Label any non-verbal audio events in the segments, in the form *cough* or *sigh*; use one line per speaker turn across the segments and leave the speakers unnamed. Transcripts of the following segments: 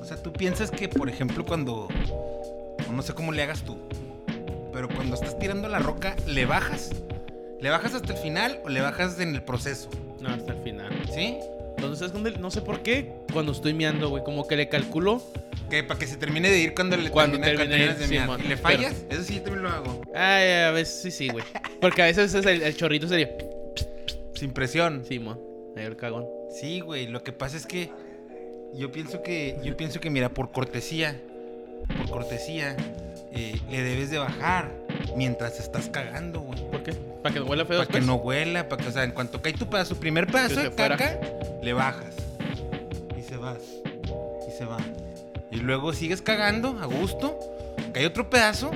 O sea, tú piensas que, por ejemplo, cuando. o No sé cómo le hagas tú. Pero cuando estás tirando la roca, ¿le bajas? ¿Le bajas hasta el final o le bajas en el proceso?
No, hasta el final.
¿Sí?
Entonces, ¿sabes dónde- no sé por qué, cuando estoy meando, güey, como que le calculo.
Que para que se termine de ir cuando le
Cuando termine
terminas
de ir,
de mear.
Simón.
¿Y le
Pero-
fallas? Eso sí, yo también lo hago.
Ay, a veces sí, sí, güey. Porque a veces es el, el chorrito sería.
Sin presión.
Sí, mo. Ahí el cagón.
Sí, güey, lo que pasa es que yo pienso que, yo pienso que, mira, por cortesía, por cortesía, eh, le debes de bajar mientras estás cagando, güey.
¿Por qué? Para que no huela feo.
Para que
después?
no huela, para que, o sea, en cuanto cae tu pedazo, primer pedazo
pues. Que se
de caca, le bajas. Y se va, y se va. Y luego sigues cagando, a gusto, cae otro pedazo,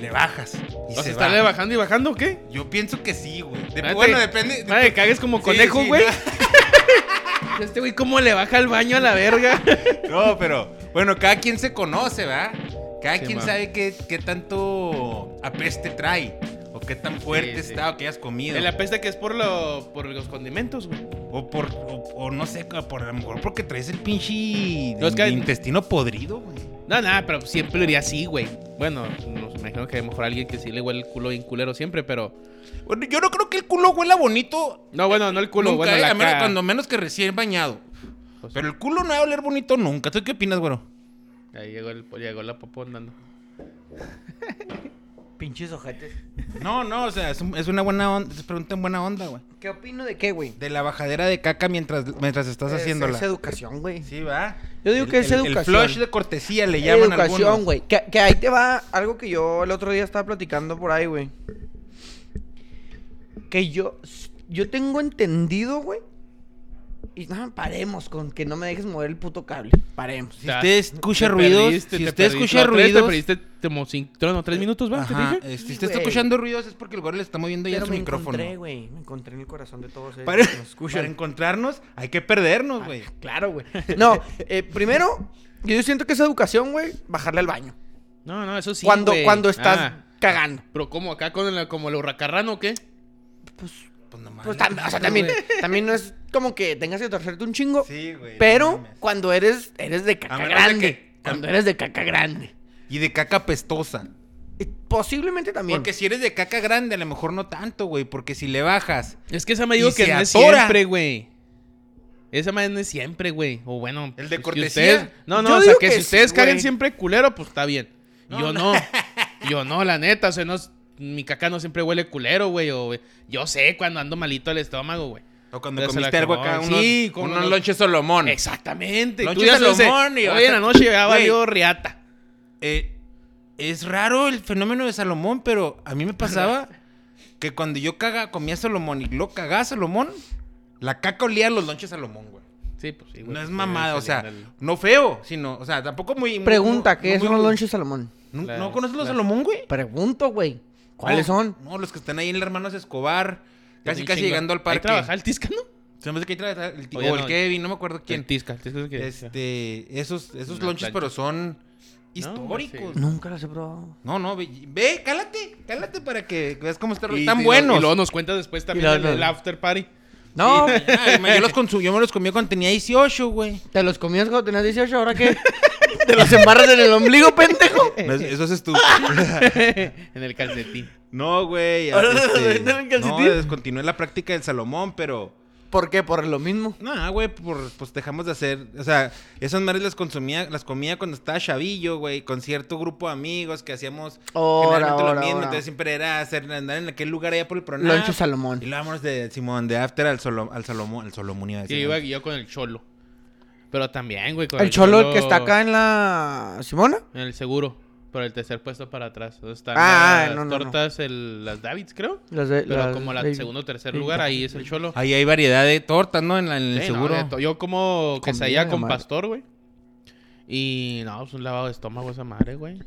le bajas. Y
¿Vas a
se
estarle
va.
bajando y bajando o qué?
Yo pienso que sí, güey. Dep-
Espérate.
bueno, depende.
Madre, cagues como
Sí,
conejo,
sí,
güey. *laughs* Este güey, ¿cómo le baja el baño a
*laughs*
la verga?
*laughs* No, pero bueno, cada quien se conoce, ¿va? Cada
Sí,
quien
ma.
sabe qué, qué tanto apeste trae. O qué tan fuerte
sí.
está, o qué hayas comido.
La peste que es por, lo, por los condimentos, güey.
O por, o, o no sé, por, a lo mejor porque traes el pinche
No, es que-
intestino podrido, güey.
No, nada, pero siempre lo iría así, güey. Bueno, nos imagino que a lo mejor alguien que sí le huele el culo bien culero siempre, pero.
Bueno, yo no creo que el culo huela bonito.
No, bueno, no el culo,
nunca,
bueno,
¿eh?
la
a menos-
cara.
cuando menos que recién bañado.
Pues,
Pero el culo no va a oler bonito nunca. ¿Tú qué opinas, güero?
Ahí llegó, el, llegó la popó andando.
Pinches ojetes.
No, no, o sea, es, un- es una buena onda. Es pregunta en buena onda, güey.
¿Qué opino de qué, güey?
De la bajadera de caca mientras, mientras estás
Es-
haciéndola.
Es educación, güey.
Sí, va.
Yo digo
El-
que es
el- El
educación.
flush de cortesía le llaman
educación,
algunos.
güey. Que, que ahí te va algo que yo el otro día estaba platicando por ahí, güey. Que yo, yo tengo entendido, güey. Y no, paremos con que no me dejes mover el puto cable. Paremos.
Si
Ya.
usted escucha
Te
ruidos,
perdiste,
si
te
usted
perdiste.
escucha
La otra vez
ruidos,
Te perdiste como cinco, no, tres minutos, ¿va? ¿Te
ajá,
dije?
eh, si
Sí,
usted está
güey.
escuchando ruidos es porque el güey le está moviendo ya
Pero
su
me
micrófono.
encontré, güey. Me encontré en el corazón de todos ellos
Para,
que nos escuchan.
para encontrarnos hay que perdernos, güey.
*laughs* Claro, güey. No, eh, primero, yo siento que es educación, güey, bajarle al baño.
No, no, eso sí.
cuando,
güey.
cuando estás
Ah,
cagando.
pero como acá con el, como el hurracarrano, ¿o ¿qué?
Pues,
Pues nomás.
pues, tam- o sea, también, también no es como que tengas que torcerte un chingo.
Sí, güey. no
Pero
mames.
cuando eres, eres de
A
caca
menos de
grande.
que-
Cuando eres de caca grande.
Y de caca pestosa.
Y Posiblemente también.
Porque si eres de caca grande, a lo mejor no tanto, güey. Porque si le bajas.
Es que esa me digo
Y
que
se
no es
atora.
siempre, güey. Esa madre no es siempre, güey. O bueno, pues,
El de
si
cortesía.
ustedes- no, no,
Yo
o sea,
digo
que,
que
si
sí,
ustedes caguen
güey.
siempre culero, pues está bien.
No,
yo no. Yo no, la neta. O sea, no, es- mi caca no siempre huele culero, güey. O, yo sé cuando ando malito el estómago, güey.
O cuando
Ya se la
comiste algo acá,
acabó.
unos,
Sí, como
unos
no-
lonches Solomón.
Exactamente.
Lonche
Tú ya sabes,
Salomón y
eh,
vas
hoy en
a-
la noche ya
Güey.
valió riata.
Eh, es raro el fenómeno de Salomón, pero a mí me pasaba que cuando yo caga, comía Salomón y lo cagaba Salomón, la caca olía a los lonches Salomón, güey.
Sí, pues sí, güey.
No es
porque
mamada, o
viene
sea,
saliendo el-
no feo, sino, o sea, tampoco muy... muy-
Pregunta,
no-
¿qué
no
es
muy-
un lonche Salomón?
¿No,
Las-
no conoces los
las-
Salomón, güey?
Pregunto, güey. ¿Cuáles
No,
son?
No, los que están ahí en el Hermanos Escobar, casi
un
casi
chingo.
llegando al
Ahí
parque.
trabajaba el Tisca, no?
Se me hace que ahí trabaja el tío,
Oye,
o el
no,
Kevin, no me acuerdo quién.
El Tisca, el Tisca es el que...
Este, esos, esos
Una
lonches,
plancha.
pero son
No, hombre, sí.
históricos.
Nunca los he probado.
No, no, ve, ve, cálate, cálate para que veas cómo están
Y-
tan
y-
buenos. *laughs*
Y luego nos cuentas después también
luego
el,
nos-
el after party.
No,
Ah, yo los consu- yo me los comí cuando tenía 18, güey.
*laughs* te los comías cuando tenías 18, ¿ahora qué? *laughs* ¿Te los embarras en el ombligo, *laughs* pendejo?
No, *laughs* es- eso es estúpido.
*laughs* en el calcetín.
No,
*laughs*
güey.
Ahora los
este,
venden
no,
en calcetín.
descontinué la práctica del Salomón, pero.
¿Por qué? Por lo mismo.
Nah, güey, por- pues dejamos de hacer. O sea, esas madres las consumía, las comía cuando estaba chavillo, güey, con cierto grupo de amigos que hacíamos
Ahora,
generalmente
ahora,
lo mismo.
ahora.
Entonces siempre era hacer andar en aquel lugar allá por el pronombre.
Lonche Salomón.
Y lo vamos de Simón, de After al, Solo- al Salomón, al Solomón iba a
Que
decir.
iba yo con el cholo. Pero también, güey, con
El cholo, el que está acá en la Simona.
En el seguro. Por el tercer puesto para atrás. Entonces están
Ah,
las
no, no, no.
tortas, el- las Davids, creo.
Las de-
Pero
las
como el
baby-
segundo o tercer
baby
lugar, ahí
Davids,
es el
baby.
cholo.
Ahí hay variedad de tortas, ¿no? En, la- en el
Sí, no,
seguro.
de to- yo como
Comida
quesadilla
de
con
madre.
pastor, güey. Y no, es un lavado de estómago esa madre, güey.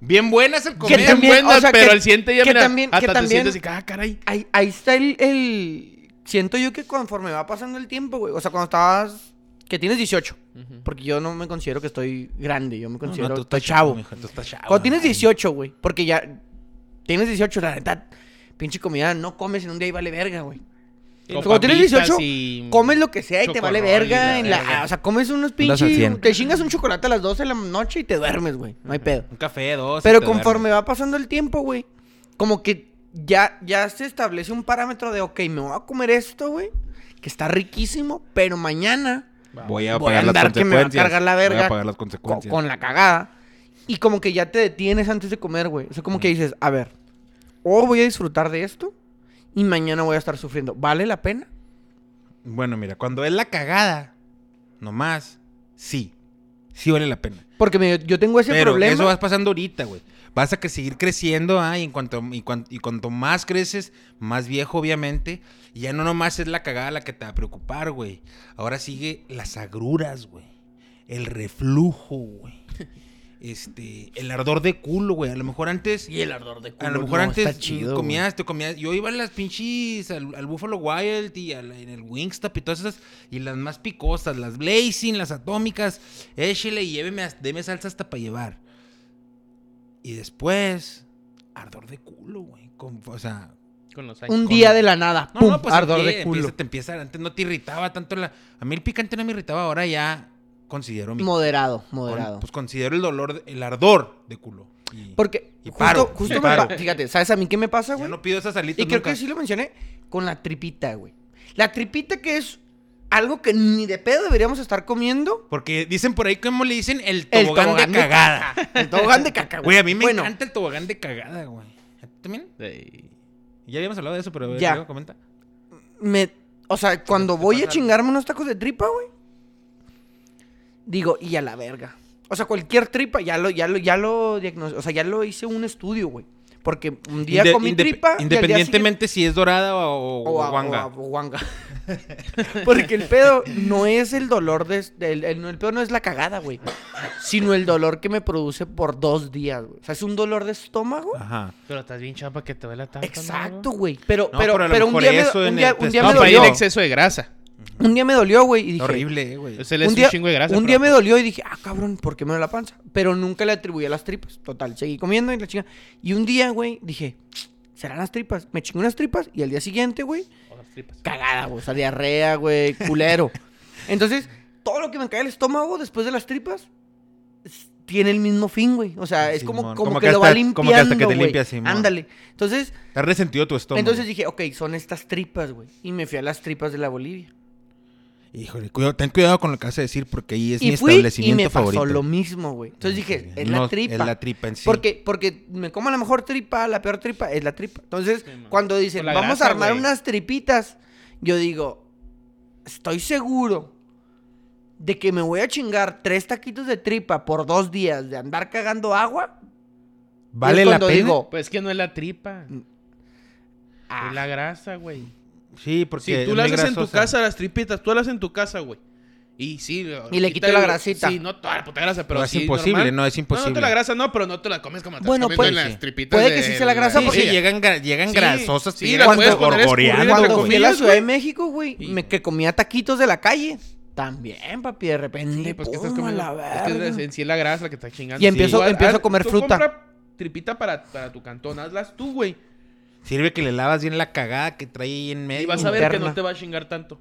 Bien buenas el
Que
comer.
Bien
también,
buenas,
o sea,
pero
que-
el siguiente día,
que
mira,
también- que
hasta te
también-
sientes y ah, caray.
Ahí, ahí está el, el- Siento yo que conforme va pasando el tiempo, güey. O sea, cuando estabas. Que tienes 18.
Ujú.
Porque yo no me considero que estoy grande. Yo me
No, no,
considero.
tú
estoy
estás
chavo.
mijo, tú estás
Ah,
chavo.
Cuando tienes
Ay.
18, güey. Porque ya. Tienes 18, la neta. Pinche comida no comes en un día y vale verga, güey.
Con
Cuando tienes
papitas
18,
y-
Comes lo que sea y te
Chocorrol
vale
y
verga.
la
en la-
verga.
o sea, comes unos
Andas al
pinches.
100.
Te chingas un chocolate a las 12 de la noche y te duermes, güey. No hay pedo.
Un café, dos. y
Pero
te
conforme
duermes.
va pasando el tiempo, güey, como que ya, ya se establece un parámetro de, ok, me voy a comer esto, güey, que está riquísimo, pero mañana
Va.
Voy a
Voy a
pagar las
andar que me va a
consecuencias.
cargar la
Voy
verga
a pagar las
co-
consecuencias.
con la cagada. Y como que ya te detienes antes de comer, güey. O sea, como que dices, a ver, o voy a disfrutar de esto y mañana voy a estar sufriendo. ¿Vale la pena?
Bueno, mira, cuando es la cagada, nomás, sí. Sí vale la pena.
Porque me- yo tengo ese
Pero
problema.
eso vas pasando ahorita, güey. Vas a que seguir creciendo, ah, y en cuanto y, cuan- y cuanto más creces, más viejo, obviamente. Y ya no nomás es la cagada la que te va a preocupar, güey. Ahora sigue las agruras, güey. El reflujo, güey. Este, el ardor de culo, güey. A lo mejor antes.
Y el ardor de culo.
A lo mejor
no,
antes
está chido,
comías, te comías. Yo iba a las pinches, al, al Buffalo Wild y al, en el Wingstop y todas esas. Y las más picosas, las Blazing, las Atómicas. Échele y lléveme, as- deme salsa hasta para llevar. Y después, ardor de culo, güey. Con- O sea,
Con los
güey. Un
años.
día de la nada,
no,
pum,
no, pues
ardor
empie-
de culo.
empieza- te empieza, antes no te irritaba tanto la. A mí el picante no me irritaba, ahora ya considero mi.
Moderado,
con-
moderado.
pues considero el dolor, el ardor de culo. Y,
Porque
Y
justo,
paro,
justo
y
me
paro.
pa- fíjate, ¿sabes a mí qué me pasa,
ya
güey?
no pido esas alitas
y creo
nunca.
que sí lo mencioné con la tripita, güey. La tripita que es algo que ni de pedo deberíamos estar comiendo.
*laughs* Porque dicen por ahí, ¿cómo le dicen? El
El
tobogán,
tobogán
de
de *laughs*
cagada.
El tobogán de caca, güey.
Güey, a mí me
Bueno,
encanta el tobogán de cagada, güey. ¿A ti también?
Sí.
Ya habíamos hablado de eso, pero a ver,
Ya.
luego comenta.
me- o sea, cuando
te
voy a
pasa?
chingarme unos tacos de tripa, güey, digo, y a la verga. O sea, cualquier tripa, ya lo, ya lo, ya lo diagnos- O sea, ya lo hice un estudio, güey. Porque un día
Inde-
comí
indep-
tripa. y al día siguiente-
Independientemente si es dorada o, o-
O,
o
a-
guanga.
o a-
*laughs*
o guanga. Porque el pedo no es el dolor de... de- el, el- el pedo no es la cagada, güey. Sino el dolor que me produce por dos días, güey. O sea, es un dolor de estómago.
Ajá.
Pero estás bien chapa que te duele tanto. ¿no,
Exacto, güey. Pero,
No,
pero,
pero a lo
pero un
mejor
día,
eso
me,
en
un día,
el
un día
güey?
me
No, para ahí
dolió.
el exceso de grasa.
Un día me dolió, güey. Y dije,
Horrible, eh, güey.
Ese le
un
es
día,
un chingo de grasa.
un
pero-
día me dolió y dije, ah, cabrón, ¿por qué me duele la panza? Pero nunca le atribuí a las tripas. Total, seguí comiendo y la chinga. Y un día, güey, dije, serán las tripas. Me chingué unas tripas y al día siguiente, güey,
O las tripas.
cagada, güey. O sea, diarrea, güey,
*laughs*
culero. Entonces, todo lo que me cae el estómago después de las tripas es- tiene el mismo fin, güey. O sea, es como,
Simón.
como,
Como
que,
que
lo va
hasta-
limpiando,
como que hasta que te
güey.
limpias, Simón.
Ándale. Entonces,
Te has resentido tu estómago.
entonces dije, ok, son estas tripas, güey. Y me fui a las tripas de la Bolivia.
Híjole, cuidado, ten cuidado con lo que vas a decir porque ahí es mi
y fui y
establecimiento
me pasó
favorito.
lo mismo, güey. Entonces dije, es
No,
la tripa.
Es la tripa en sí.
Porque, porque me como la mejor tripa, la peor tripa, es la tripa. Entonces,
Sí, man.
cuando dicen,
Por la
vamos
grasa,
a armar
güey.
unas tripitas, yo digo, estoy seguro de que me voy a chingar tres taquitos de tripa por dos días de andar cagando agua.
¿Vale
es
la
cuando
pena?
digo,
Pues es que no es la tripa. Es la grasa, güey.
sí, porque
Si tú
es
las
muy
haces en tu
grasosa.
casa, las tripitas, tú las haces en tu casa, güey. Y sí.
Y le quito
quita
la
el-
grasita.
Sí, no toda la puta grasa, pero
No, es
sí,
imposible,
normal.
no, es
No, no
imposible.
te la grasa, no, pero no te la comes como te
Bueno,
comes
puede-
las
sí.
tripitas.
Puede que sí
de
sea la grasa,
Sí,
porque-
sí,
parrilla.
llegan, gra- llegan
Sí,
grasosas.
sí,
pero
la
cuando-
puedes poner
gorgoreando,
escurriendo,
güey.
Cuando fui a la
comías,
Ciudad de
güey?
México, güey,
Y-
me, que comía taquitos de la calle. También, papi, de repente,
Sí, pues que estás
pum, a
comiendo.
la
Es que
verga.
en sí es la grasa la que está chingando.
Y empiezo-
Igual,
empiezo a
haz-
comer
tú
fruta.
compra tripita para, para tu cantón, hazlas tú, güey.
Sirve que le lavas bien la cagada que trae ahí en medio.
Y vas a ver que
Interna.
no te va a chingar tanto.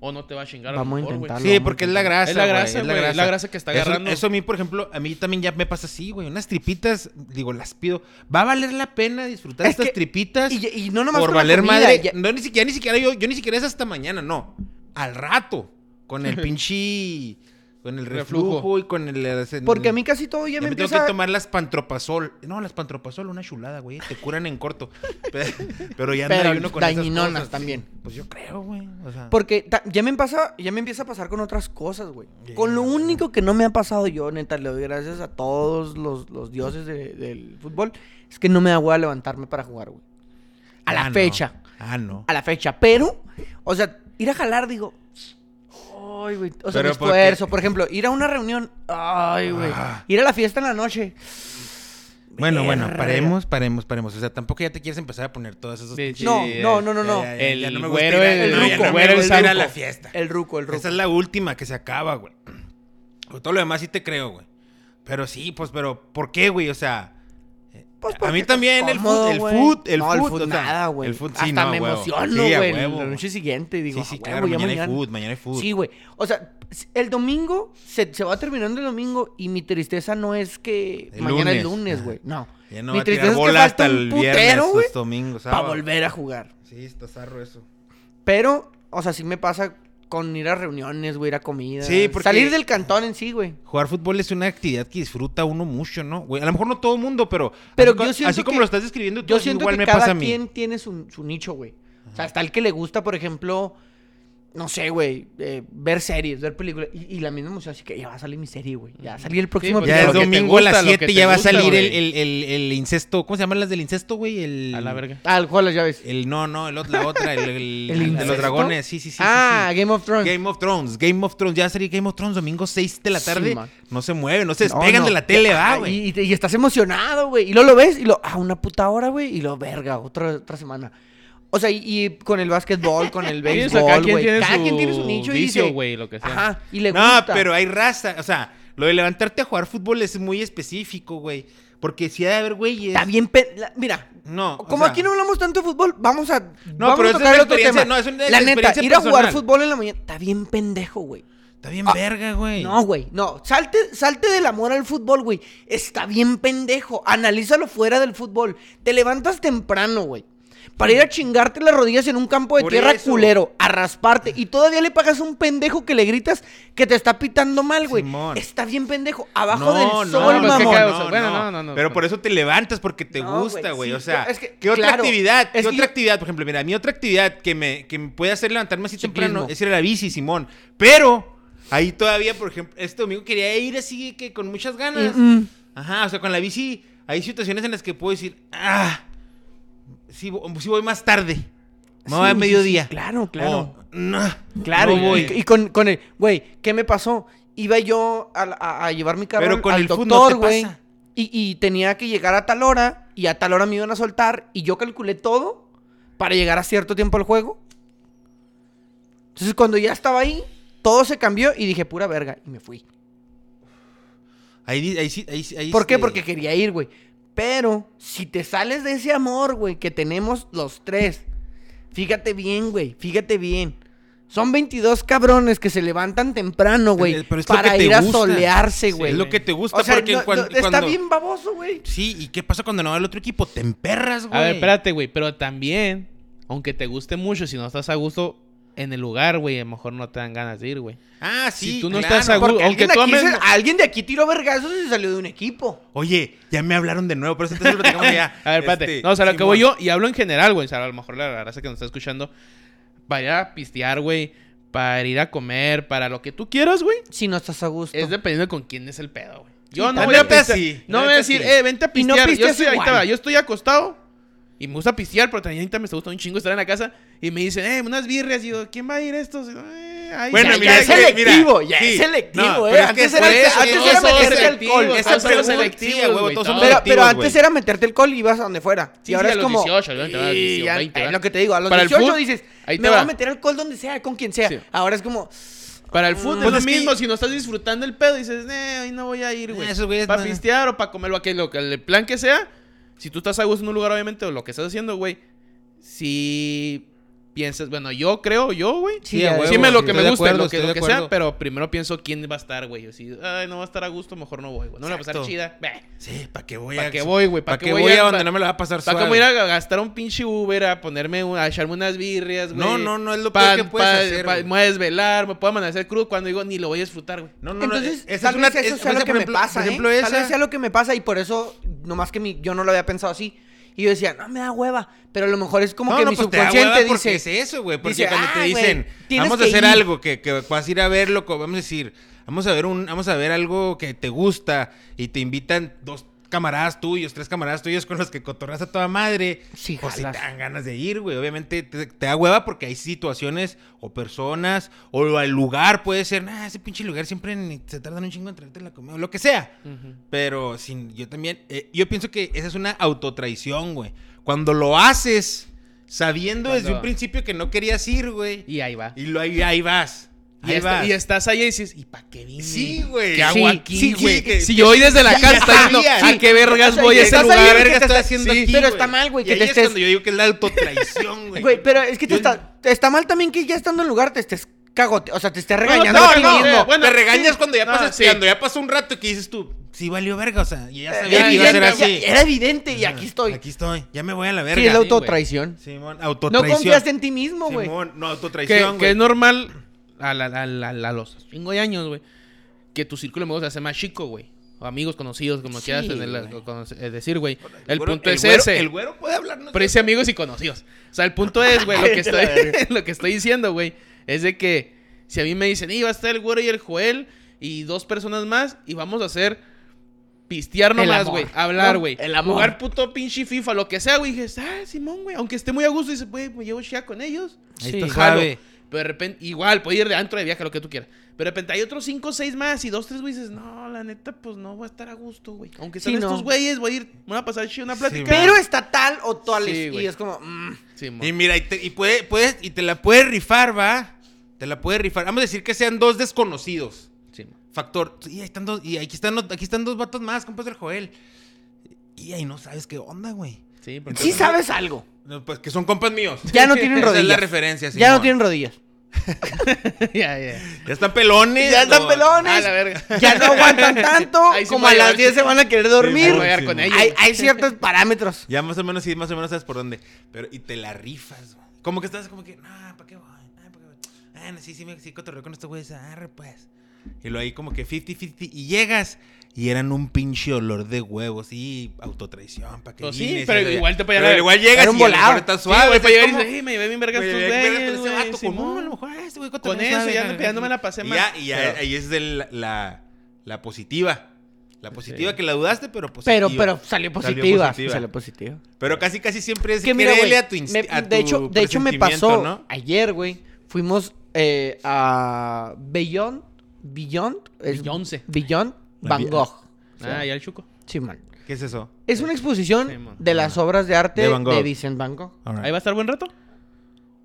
O no te va a chingar
Vamos a
a lo mejor, güey.
intentarlo.
Sí, porque es la grasa.
Es la
güey,
grasa, güey, es la grasa que está
Eso-
agarrando.
Eso, a mí, por ejemplo, a mí también ya me pasa así, güey. Unas tripitas, digo, las pido. ¿Va a valer la pena disfrutar
Es
estas
que-
tripitas?
Y, y no nomás
por
con la
valer
comida,
madre.
ya-
No, ni siquiera,
*laughs*
ni siquiera yo, yo ni siquiera es hasta mañana, no. Al rato. Con el pinche. Con el
Reflujo.
reflujo, y con el... eh, el-
Porque a mí casi todo ya
ya
me
me tengo
empieza...
que tomar las pantropasol. No, las pantropasol, una chulada, güey. Te curan en
*laughs*
corto. Pero, pero ya anda
Pero
ahí uno con esas
dañinonas
cosas.
también.
Sí, Pues yo creo, güey. O sea,
Porque ta- ya me pasa, ya me empieza a pasar con otras cosas, güey.
Yeah.
Con lo único que no me ha pasado yo, neta, le doy gracias a todos los, los dioses de- del fútbol, es que no me da hueva levantarme para jugar, güey. A la
ah, no.
fecha.
Ah, no.
A la fecha. Pero, o sea, ir a jalar, digo. Ay, güey. O sea,
Pero
mi
porque-
esfuerzo. Por ejemplo, ir a una reunión. Ay, güey.
Ah.
Ir a la fiesta en la noche.
Bueno, bueno,
Verga.
paremos, paremos, paremos. O sea, tampoco ya te quieres empezar a poner todas esas...
Sí, sí.
No, no, no, no, no.
Ya, ya,
El
ya no me
güero,
gusta ir a-
el
no, ya no
ruco,
me
güero, el
gusta ir a
saco.
la fiesta.
El ruco, el ruco.
Esa es la última que se acaba, güey. Pero todo lo demás sí te creo, güey. Pero sí, pues, pero ¿por qué, güey? O sea,
Pues
a
porque
mí también
estás
el
cómodo,
fut, el
güey.
fut, el
No,
fut,
fut
o sea,
nada, güey.
el fut sí,
Hasta
no,
me
a huevo.
emociono,
Sí, a
güey.
huevo,
la
güey.
noche siguiente y digo,
sí, sí,
"Ah,
claro,
huevo, ya
mañana, hay fut, mañana hay fut.
Sí, güey. O sea, el domingo se, se va terminando el domingo y mi tristeza no es que
El
mañana es
lunes.
lunes, güey. No.
ya no
mi
va a tirar bola hasta el viernes,
güey,
los domingos,
para
sábado.
volver a jugar.
Sí, está zarro eso.
Pero, o sea, sí me pasa con ir a reuniones, güey, ir a comida.
Sí, porque-
Salir del cantón en sí, güey.
Jugar fútbol es una actividad que disfruta uno mucho, ¿no? Güey, a lo mejor no todo el mundo, pero,
Pero
así, co-
yo siento
así como
que-
lo estás describiendo, tú,
Yo
así
siento
Pues igual
que
me
cada
pasa a mí.
quien tiene su, su nicho, güey. O sea, está el que le gusta, por ejemplo, no sé, güey, eh, ver series, ver películas. Y, y la misma emoción, así que ya va a salir mi serie, güey. Ya va a salir el próximo
pues
Ya es
Lo que te
episodio.
domingo a las
gusta, lo que
7
te
ya va a
gusta,
salir el,
güey.
el, el, el incesto. ¿Cómo se llaman las del incesto, güey? El...
A la verga.
Ah, el juego de las llaves.
El no, no, el, ot- la otra,
*laughs*
el, el-
¿El
el de
incesto?
los dragones, sí, sí, sí. sí,
ah,
sí.
Game of Thrones.
Game of Thrones, Game of Thrones, ya va a salir Game of Thrones domingo 6 de la
Sí,
tarde.
man.
no se mueven, no se
No,
despegan
no.
de la tele, va,
Ah,
güey.
Y, y te- y estás emocionado, güey. Y luego lo ves y lo, ah, una puta hora, güey. Y lo, verga, otra, otra semana. O sea, y, y con el básquetbol, con
*laughs*
el
Sí, o sea,
béisbol,
cada
güey.
quien tiene
Cada
su
quien tiene su nicho y
vicio,
dice,
güey, lo que sea.
Ajá, y le
No,
gusta.
pero hay raza, o sea, lo de levantarte a jugar fútbol es muy específico, güey. Porque si ha de haber güeyes.
Está bien, pe- la- mira.
No, o
Como
sea-
aquí no hablamos tanto de fútbol, vamos a.
No, pero
a
esa es
tocar
la
el otro
experiencia-
tema.
no, es una
La neta,
experiencia
ir a jugar
personal.
fútbol en la mañana está bien pendejo, güey.
Está bien verga, güey.
No, güey, no. Salte, salte del amor al fútbol, güey. Está bien pendejo. Analízalo fuera del fútbol. Te levantas temprano, güey. Para ir a chingarte las rodillas en un campo de
Por
tierra
eso.
culero, a rasparte. Y todavía le pagas a un pendejo que le gritas que te está pitando mal, güey.
Simón.
Está bien pendejo. Abajo
No,
del
no,
sol,
no, pues, ¿qué
mamón.
causa? Bueno, no, no, no.
Pero por eso te levantas porque te
No,
gusta, güey.
güey, sí,
o sea,
pero es que,
¿qué otra
claro,
actividad? ¿Qué
es que
otra
yo-
actividad? Por ejemplo, mira, mi otra actividad que me, que me puede hacer levantarme así
Ciclismo.
temprano es ir a la bici, Simón. Pero ahí todavía, por ejemplo, este domingo quería ir así que con muchas ganas.
Mm, mm.
Ajá, o sea, con la bici hay situaciones en las que puedo decir, ah, sí, vo- sí voy más tarde. Me voy
Sí,
a
sí,
mediodía. Oh.
sí, claro, claro.
O, "No,
Claro,
no
y-
voy".
y, y con, con el, güey, ¿qué me pasó? Iba yo a, la- a- a llevar mi carro
Pero con
al
el food no
doctor,
te
güey.
pasa.
Y, y tenía que llegar a tal hora, y a tal hora me iban a soltar, y yo calculé todo para llegar a cierto tiempo al juego. Entonces, cuando ya estaba ahí, todo se cambió y dije, pura verga, y me fui.
Ahí, di- ahí sí- ahí sí- ahí
¿Por qué?
este-
Porque quería ir, güey. Pero si te sales de ese amor, güey, que tenemos los tres, fíjate bien, güey, fíjate bien. Son 22 cabrones que se levantan temprano, güey,
Eh, pero es lo
para
que te
ir
gusta.
a solearse,
Sí,
güey.
es lo que te gusta
O sea,
porque
no-
en cuan-
no, está
cuando-
bien baboso, güey.
Sí, ¿y qué pasa cuando no va el otro equipo? Te emperras, güey.
A ver, espérate, güey. Pero también, aunque te guste mucho, si no estás a gusto en el lugar, güey, a lo mejor no te dan ganas de ir, güey.
Ah, sí.
Si tú no
claro.
estás a gu-
Porque-
Porque
aunque
alguien,
tú
aquí
ames-
se- alguien de aquí tiró vergazos y se salió de un equipo.
Oye, ya me hablaron de nuevo, pero eso entonces lo tengamos
*laughs*
ya.
A ver, espérate.
Este,
no, o sea, lo que
Simón.
voy yo, y hablo en general, güey. O sea, a lo mejor la raza que nos está escuchando, para ir a pistear, güey, para ir a comer, para lo que tú quieras, güey.
Si no estás a gusto.
Es dependiendo de con quién es el pedo, güey. Yo
Sí,
no
la
voy a
neta
pistear-
sí,
No
la
voy
neta
a decir,
sí.
eh, vente a
Y no
pistear. yo,
pisteas
estoy, ahí
igual.
te va, yo estoy acostado y me gusta pistear, pero también ahorita me está gustando un chingo estar en la casa. Y me dicen, eh, unas birrias. Y yo, ¿quién va a ir a estos? Eh, ahí
Bueno,
ya,
mira,
ya,
es
que-
ya.
selectivo, ya
sí.
es selectivo,
No,
eh.
pero es que
Antes
por
era,
eso,
antes
todos
era
son
meterte
selectivos, todos
alcohol.
Esa
son
pregunta-
selectivos,
sí, a huevo,
güey,
todos son
todos.
Ah, Pero, pero
selectivos,
antes
güey.
era meterte alcohol y ibas a donde fuera.
Sí,
y ahora
sí, a
es
los
como.
18, yo antes a los
"Y
18,
ya",
20,
es
¿verdad?
lo que te digo, a los
Para el
18
fútbol,
dices,
ahí te
me voy a
va".
meter alcohol donde sea, con quien sea.
Sí.
Ahora es como,
Para el fútbol
Pues
Ah. es
es
lo
que-
mismo. Si no estás disfrutando el pedo, dices, eh, hoy no voy a ir, güey.
Eh, esos güeyes
Para
no.
pistear o para comer lo que, lo que- el plan que sea. Si tú estás a gusto en un lugar, obviamente, o lo que estás haciendo, güey. Si piensas, bueno, yo creo, yo, güey.
Sí, a huevo,
Dime lo que
estoy
me
de
guste,
acuerdo,
lo que,
estoy
lo
de
que sea,
acuerdo.
pero primero pienso quién va a estar, güey. Así, ay, no va a estar a gusto, mejor no voy, güey. No me la va a pasar
Exacto.
chida. Bah.
Sí, ¿para qué voy
¿Para qué voy, güey?
¿Para qué voy a donde
pa-
no me lo va a pasar
¿Para qué
suave?
voy a ir a gastar un pinche Uber a ponerme, un- a echarme unas birrias, güey?
No, no, no es lo
Pa-
peor que puedes
pa-
hacer,
pa-
güey.
me voy a desvelar, me puedo amanecer crudo cuando digo, ni lo voy a disfrutar, güey.
No, no, no,
Entonces,
esa es
tal
una-
vez eso
es-
sea
esa,
lo que
por
me
ejemplo-
pasa,
Por
¿eh?
ejemplo,
Tal vez
esa.
sea lo que me pasa y por eso, nomás que mi- yo no lo había pensado así. Y yo decía, no, me da hueva. Pero a lo mejor es como
No,
que
no,
mi
pues te da
subconsciente
hueva porque
dice...
es eso, güey. Porque
dice,
cuando te
"Ay, güey,
dicen,
tienes
vamos a
que
hacer
ir".
algo que, que vas a ir a verlo, co- vamos a decir, vamos a ver un, vamos a ver algo que te gusta y te invitan dos camaradas tuyos, tres camaradas tuyos con los que cotorras a toda madre.
Sí,
pues si te
jalas.
dan ganas de ir, güey. Obviamente te, te da hueva porque hay situaciones o personas o el lugar puede ser, nah, ese pinche lugar siempre ni- se tardan un chingo en traerte la comida o lo que sea. Pero sin, yo también, eh, yo pienso que esa es una autotraición, güey. Cuando lo haces sabiendo desde
Cuando-
un principio que no querías ir, güey. Y,
Y ahí va.
lo, ahí, ahí vas.
Y,
Ahí
esta-
vas.
y estás ahí y dices, ¿y para qué vine?
Sí, güey.
¿Qué hago
Sí,
aquí,
sí, sí,
güey?
que-
si yo voy desde la
ya-
casa,
ya
está diciendo,
sabías.
¿a qué vergas
Sí,
voy a
ya
ese
estás
Estás ahí,
lugar?
verga,
que
estás
estás-
haciendo
sí,
aquí,
pero está mal, güey,
Y
que
ahí
te
es
estés-
cuando yo digo que es la autotraición, güey.
Güey, pero eh, es que te
Yo-
está, te está mal también que ya estando en lugar te estés cagote, o sea, te estés
No,
regañando
no,
a ti
no,
mismo.
eh, bueno, te regañas
sí.
cuando ya
No,
pasas,
sí.
cuando ya pasa un rato y que dices tú, sí valió verga, o sea, y ya sabía
era,
que iba a ser
evidente,
así.
ya- era evidente y aquí estoy.
Aquí estoy, ya me voy a la
sí, es la
verga.
auto-
autotraición.
Simón,
no
autotraición.
confías en ti mismo, güey.
Simón, no,
que,
autotraición,
que
güey.
es normal a, la- a la- a los cinco años, güey, que tu círculo de amigos se hace más chico, güey. O amigos conocidos, como
Sí,
quieras tener-
güey.
con- eh, decir, güey. El
güero-
punto es
güero-
ese.
El güero puede hablarnos.
Pero hice amigos y conocidos. O sea, el punto es, güey, lo
*laughs*
que estoy, *laughs* lo que estoy diciendo, güey, es de que si a mí me dicen, iba a estar el güero y el Joel y dos personas más y vamos a hacer pistear
El
nomás,
amor,
güey, hablar,
¿no?
güey,
El amor.
jugar puto pinche FIFA, lo que sea, güey, y dije, ah, Simón, güey, aunque esté muy a gusto, dice, güey, me llevo chía con ellos.
Ahí
Sí.
está
Jalo.
Javi.
Pero de repente, igual, puede ir de antro de viaje, lo que tú quieras. Pero de repente hay otros 5 o 6 más y dos, tres güeyes dices, no, la neta, pues no voy a estar a gusto, güey. Aunque
Sí,
sean
no.
estos güeyes, voy a ir, me voy a pasar chido una
Sí,
plática.
man.
Pero está tal o tal
Sí,
y
güey.
es como... mm.
Sí, mo.
Y mira, y te, y puede, puedes- y te la puedes rifar, va. Te la puedes rifar. Vamos a decir que sean dos desconocidos.
Sí, mo.
Factor. Y ahí están dos, y aquí están, los- aquí están dos vatos más, compas del Joel. Y ahí no sabes qué onda, güey.
Sí, porque-
Sí sabes algo.
No, pues que son compas míos.
Ya no
*laughs* Esa
tienen
es la
rodillas.
referencia,
ya no
Simón.
tienen rodillas.
*laughs* ya, ya.
Ya están pelones.
Ya están
o-
pelones.
A la verga.
Ya no
*laughs*
aguantan tanto.
Ahí sí
como
voy
a
a
las
ver.
10 se van a querer
Ahí
dormir.
voy a dar
Sí,
con
mo.
ellos.
hay, hay ciertos parámetros.
Ya más o menos, sí, más o menos sabes por dónde. Pero, y te la rifas, güey. Como que estás como que, no, ¿para qué voy? Ah, ¿pa' qué voy? Ah, no, sí, sí, me sí, cotorreo con estos güeyes. Arre, pues. Y lo ahí como que 50-50. Y llegas y eran un pinche olor de huevos. Y autotraición, ¿para qué
Pues sí,
vienes?
pero
Y lo-
igual te puede
Pero
llegar-
igual llegas
Era un
y a lo mejor
volado.
estás
Sí, güey,
suave.
para
estás
llegar y
como-
dices, pues, "Ey, me llevé bien vergas
Güey,
estos
ya que vergas
güeyes,
con ese
güey,
vato, con
Simón".
uno, a lo mejor, ah, este güey
Con
cotorreo
eso,
suave,
ya,
ah,
ya no me la pasé
y
mal.
ya, y ya,
Pero-
ahí es de la, la, la positiva. La positiva
Sí.
que la dudaste, *laughs* pero positiva.
Pero, pero salió positiva. Salió positiva.
Pero casi, casi siempre es
Es que mira,
créele
güey,
a tu inst-
me-
a tu
de hecho, de hecho me
presentimiento,
pasó
¿no?
ayer, güey. Fuimos eh, a Beyond, Beyond, es
Beyoncé.
Beyond Van
Bien.
Gogh.
Ah, ya el chuco.
Sí, man.
¿Qué es eso?
Es una exposición
Sí, man.
de las obras de arte
De
de,
Van Gogh. Ah.
Vincent Van Gogh.
Ahí va a estar buen rato.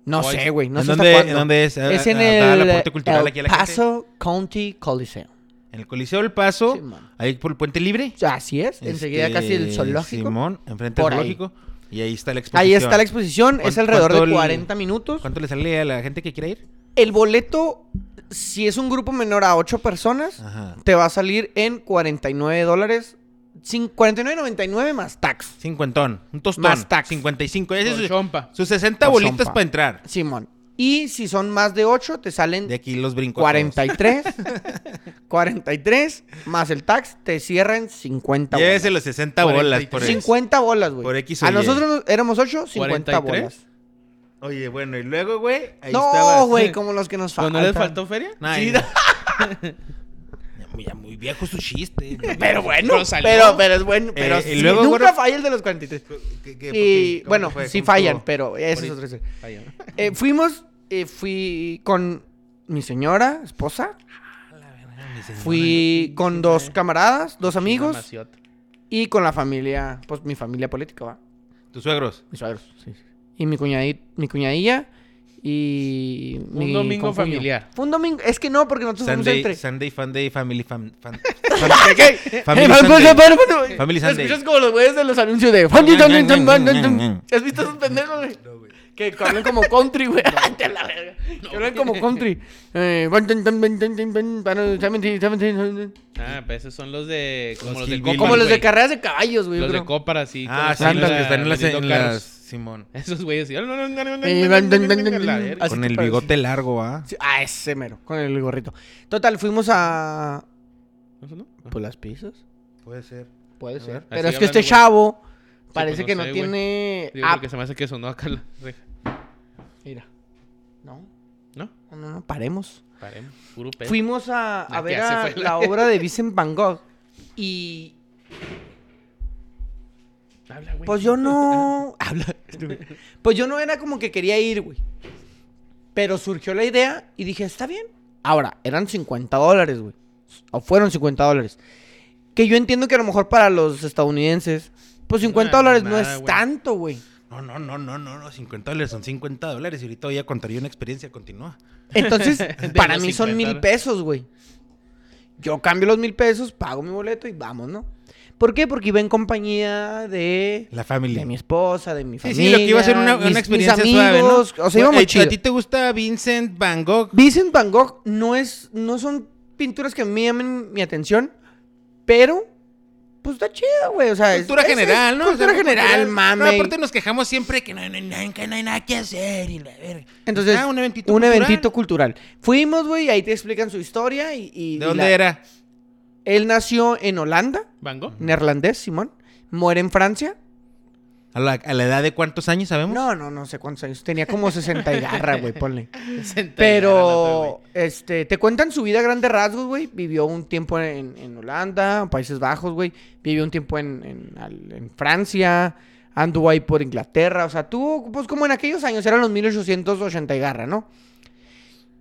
No
Oye,
sé, güey, no
¿En
sé
dónde-
hasta cuándo.
en dónde es? A-
Es en
a- a-
el,
al aporte cultural
el
aquí a la gente.
Paso County Coliseum.
En el Coliseo del Paso,
Sí, man.
ahí por el Puente Libre.
Así es, enseguida
Este,
casi el zoológico.
Simón, enfrente del
Por ahí.
zoológico. Y ahí está la exposición.
Ahí está la exposición, es
¿Cuán-
alrededor
cuánto
de
el-
40 minutos.
¿Cuánto le sale a la gente que quiera ir?
El boleto, si es un grupo menor a 8 personas,
Ajá.
te va a salir en 49 dólares. cin- 49.99 más tax.
Cincuentón. Un tostón.
Más tax.
55.
Con
Ese es su-
chompa.
sus 60
Con
bolitas
chompa.
para entrar.
Simón. Y si son más de 8, te salen
De aquí los brincos. *laughs*
43. 43 más el tax, te cierran 50 bolas.
Llévese los 60 bolas por eso.
50 bolas, güey.
Por X o
A
Y.
nosotros nos- éramos 8, 50
43.
bolas.
Oye, bueno, y luego, güey, ahí
No,
estabas.
güey, como los que nos
¿Cuándo
faltan.
les faltó feria?
Nah,
Sí,
*laughs* ya- ya muy- ya muy viejo su chiste.
Pero bueno,
*laughs* Pero salió.
pero, pero es bueno. Pero
y
sí,
luego,
nunca
güey,
falla el de los 43.
¿Qué- qué-
Y
qué- cómo
bueno,
fue?
sí
¿Cómo
fallan,
estuvo?
pero ese es
Bonito.
otro. historia.
Ah, ya.
Eh, fuimos, eh, fui con mi señora, esposa, fui con dos camaradas, dos amigos
Mamaciota.
y con la familia, pues mi familia política, va,
¿Tus suegros?
mis suegros. Y mi cuñadi- mi cuñadilla y mi
domingo
concuño.
familiar.
Fue un domingo, es que no, porque nosotros fuimos
Sunday, *laughs*
entre
Sunday, Funday, Family, fam, fan-
*laughs*
Family Sunday. Family Sunday.
Escuchas como los güeyes de los anuncios de. ¿Has visto esos pendejos, güey? Que hablan como country, *laughs* güey. Te la verga. Que hablan como country. Eh,
Ah, pues esos son los de. Como
Los
los, de
hillbillies,
Como los de
güey.
carreras de caballos, güey.
Los de
bro.
Copar, sí. con
Ah, sí,
ándale,
los que están en las...
vendiendo
en
carros.
las- Simón.
*laughs* Esos *laughs* güeyes. sí.
Eh, van, dan, dan, dan,
La verga.
Así
Con
te
el
parece.
bigote largo, ¿ah?
Sí, Ah, ese mero. Con el gorrito. Total, fuimos a.
¿Eso no?
Pues las pizzas.
Puede ser.
Puede
ver.
ser. Pero
Así
es que este
hablando, güey.
chavo parece
pues no
que no
sé, güey.
tiene.
Digo,
app.
porque se me hace que sonó acá la reja.
Mira. No,
¿No?
no, no, no, paremos.
Paremos. Puro pedo.
Fuimos a, a
Ah,
ver
ya se
a
fue la-
la obra de Vincent Van Gogh. Y.
Habla, güey.
Pues yo *laughs* no. Habla. Pues yo no era como que quería ir, güey. Pero surgió la idea y dije, está bien. Ahora, eran 50 dólares, güey. O fueron 50 dólares. Que yo entiendo que a lo mejor para los estadounidenses, pues 50
Una
dólares no
mamada,
es
güey.
tanto, güey.
No, no, no, no, no, no. 50 dólares son 50 dólares. Y ahorita voy a contar yo una experiencia. Continúa.
*laughs*
Entonces,
De
para
los
mí son
50,
mil
¿no?
pesos, güey. Yo cambio los mil pesos, pago mi boleto y vamos, ¿no? ¿Por qué? Porque iba en compañía de,
La familia.
de mi esposa, de mi
Sí,
familia.
sí, lo que iba a ser una,
mis-
una
mis
experiencia suave, ¿no?
amigos, O sea, iba
Bueno,
muy
¿a- ¿A
chido.
ti te gusta Vincent Van Gogh?
Vincent Van Gogh no es, no son pinturas que a mí llamen mi atención, pero pues está chido, güey. O sea, es-
Cultura
es- es
general, ¿no?
Cultura
O sea,
general,
No,
mame.
aparte nos quejamos siempre que no hay, no hay nada- que no hay nada que hacer y la verga.
Entonces,
Ah, un eventito
un
cultural.
eventito cultural. Fuimos, güey, ahí te explican su historia y... y- y
¿De dónde
la-
era?
Él nació en Holanda.
¿Van *laughs* Gogh?
neerlandés, Simón, muere en Francia.
¿A la, a la edad de cuántos años sabemos?
No, no, no sé cuántos años. Tenía como 60 y garra, güey, ponle.
Senta y agarra la otra, güey.
Pero, este, te cuentan su vida a grandes rasgos, güey. Vivió un tiempo en, en Holanda, en Países Bajos, güey. Vivió un tiempo en, en- al- en Francia. Anduvo ahí por Inglaterra. O sea, tuvo, pues como en aquellos años, eran los 1880 y garra, ¿no?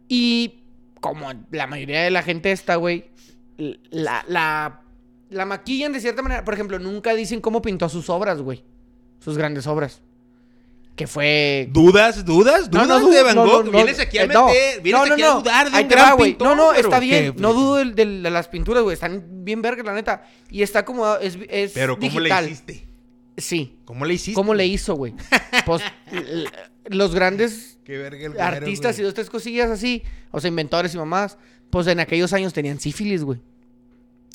Y como la mayoría de la gente está, güey, l- la, la, la maquillan de cierta manera. Por ejemplo, nunca dicen cómo pintó sus obras, güey. Sus grandes obras. Que fue...
¿Dudas, dudas, dudas
No, no,
de
no,
Van
no,
Gogh?
no,
vienes aquí a
eh, no.
meter, vienes
No, no,
aquí a
no.
dudar de
Ahí
un
te
gran
va, güey.
pintor,
No, no,
pero
está
que-
bien. No dudo del- del- de, las pinturas, güey. Están bien vergas, la neta. Y está acomodado. Es, es
Pero ¿cómo
digital.
le hiciste?
Sí.
¿Cómo le hiciste?
¿Cómo le
*laughs*
hizo, güey? Pues, l- los grandes
Qué verga el güero,
artistas y
güey.
dos, tres cosillas así, o sea, inventores y mamás, pues en aquellos años tenían sífilis, güey.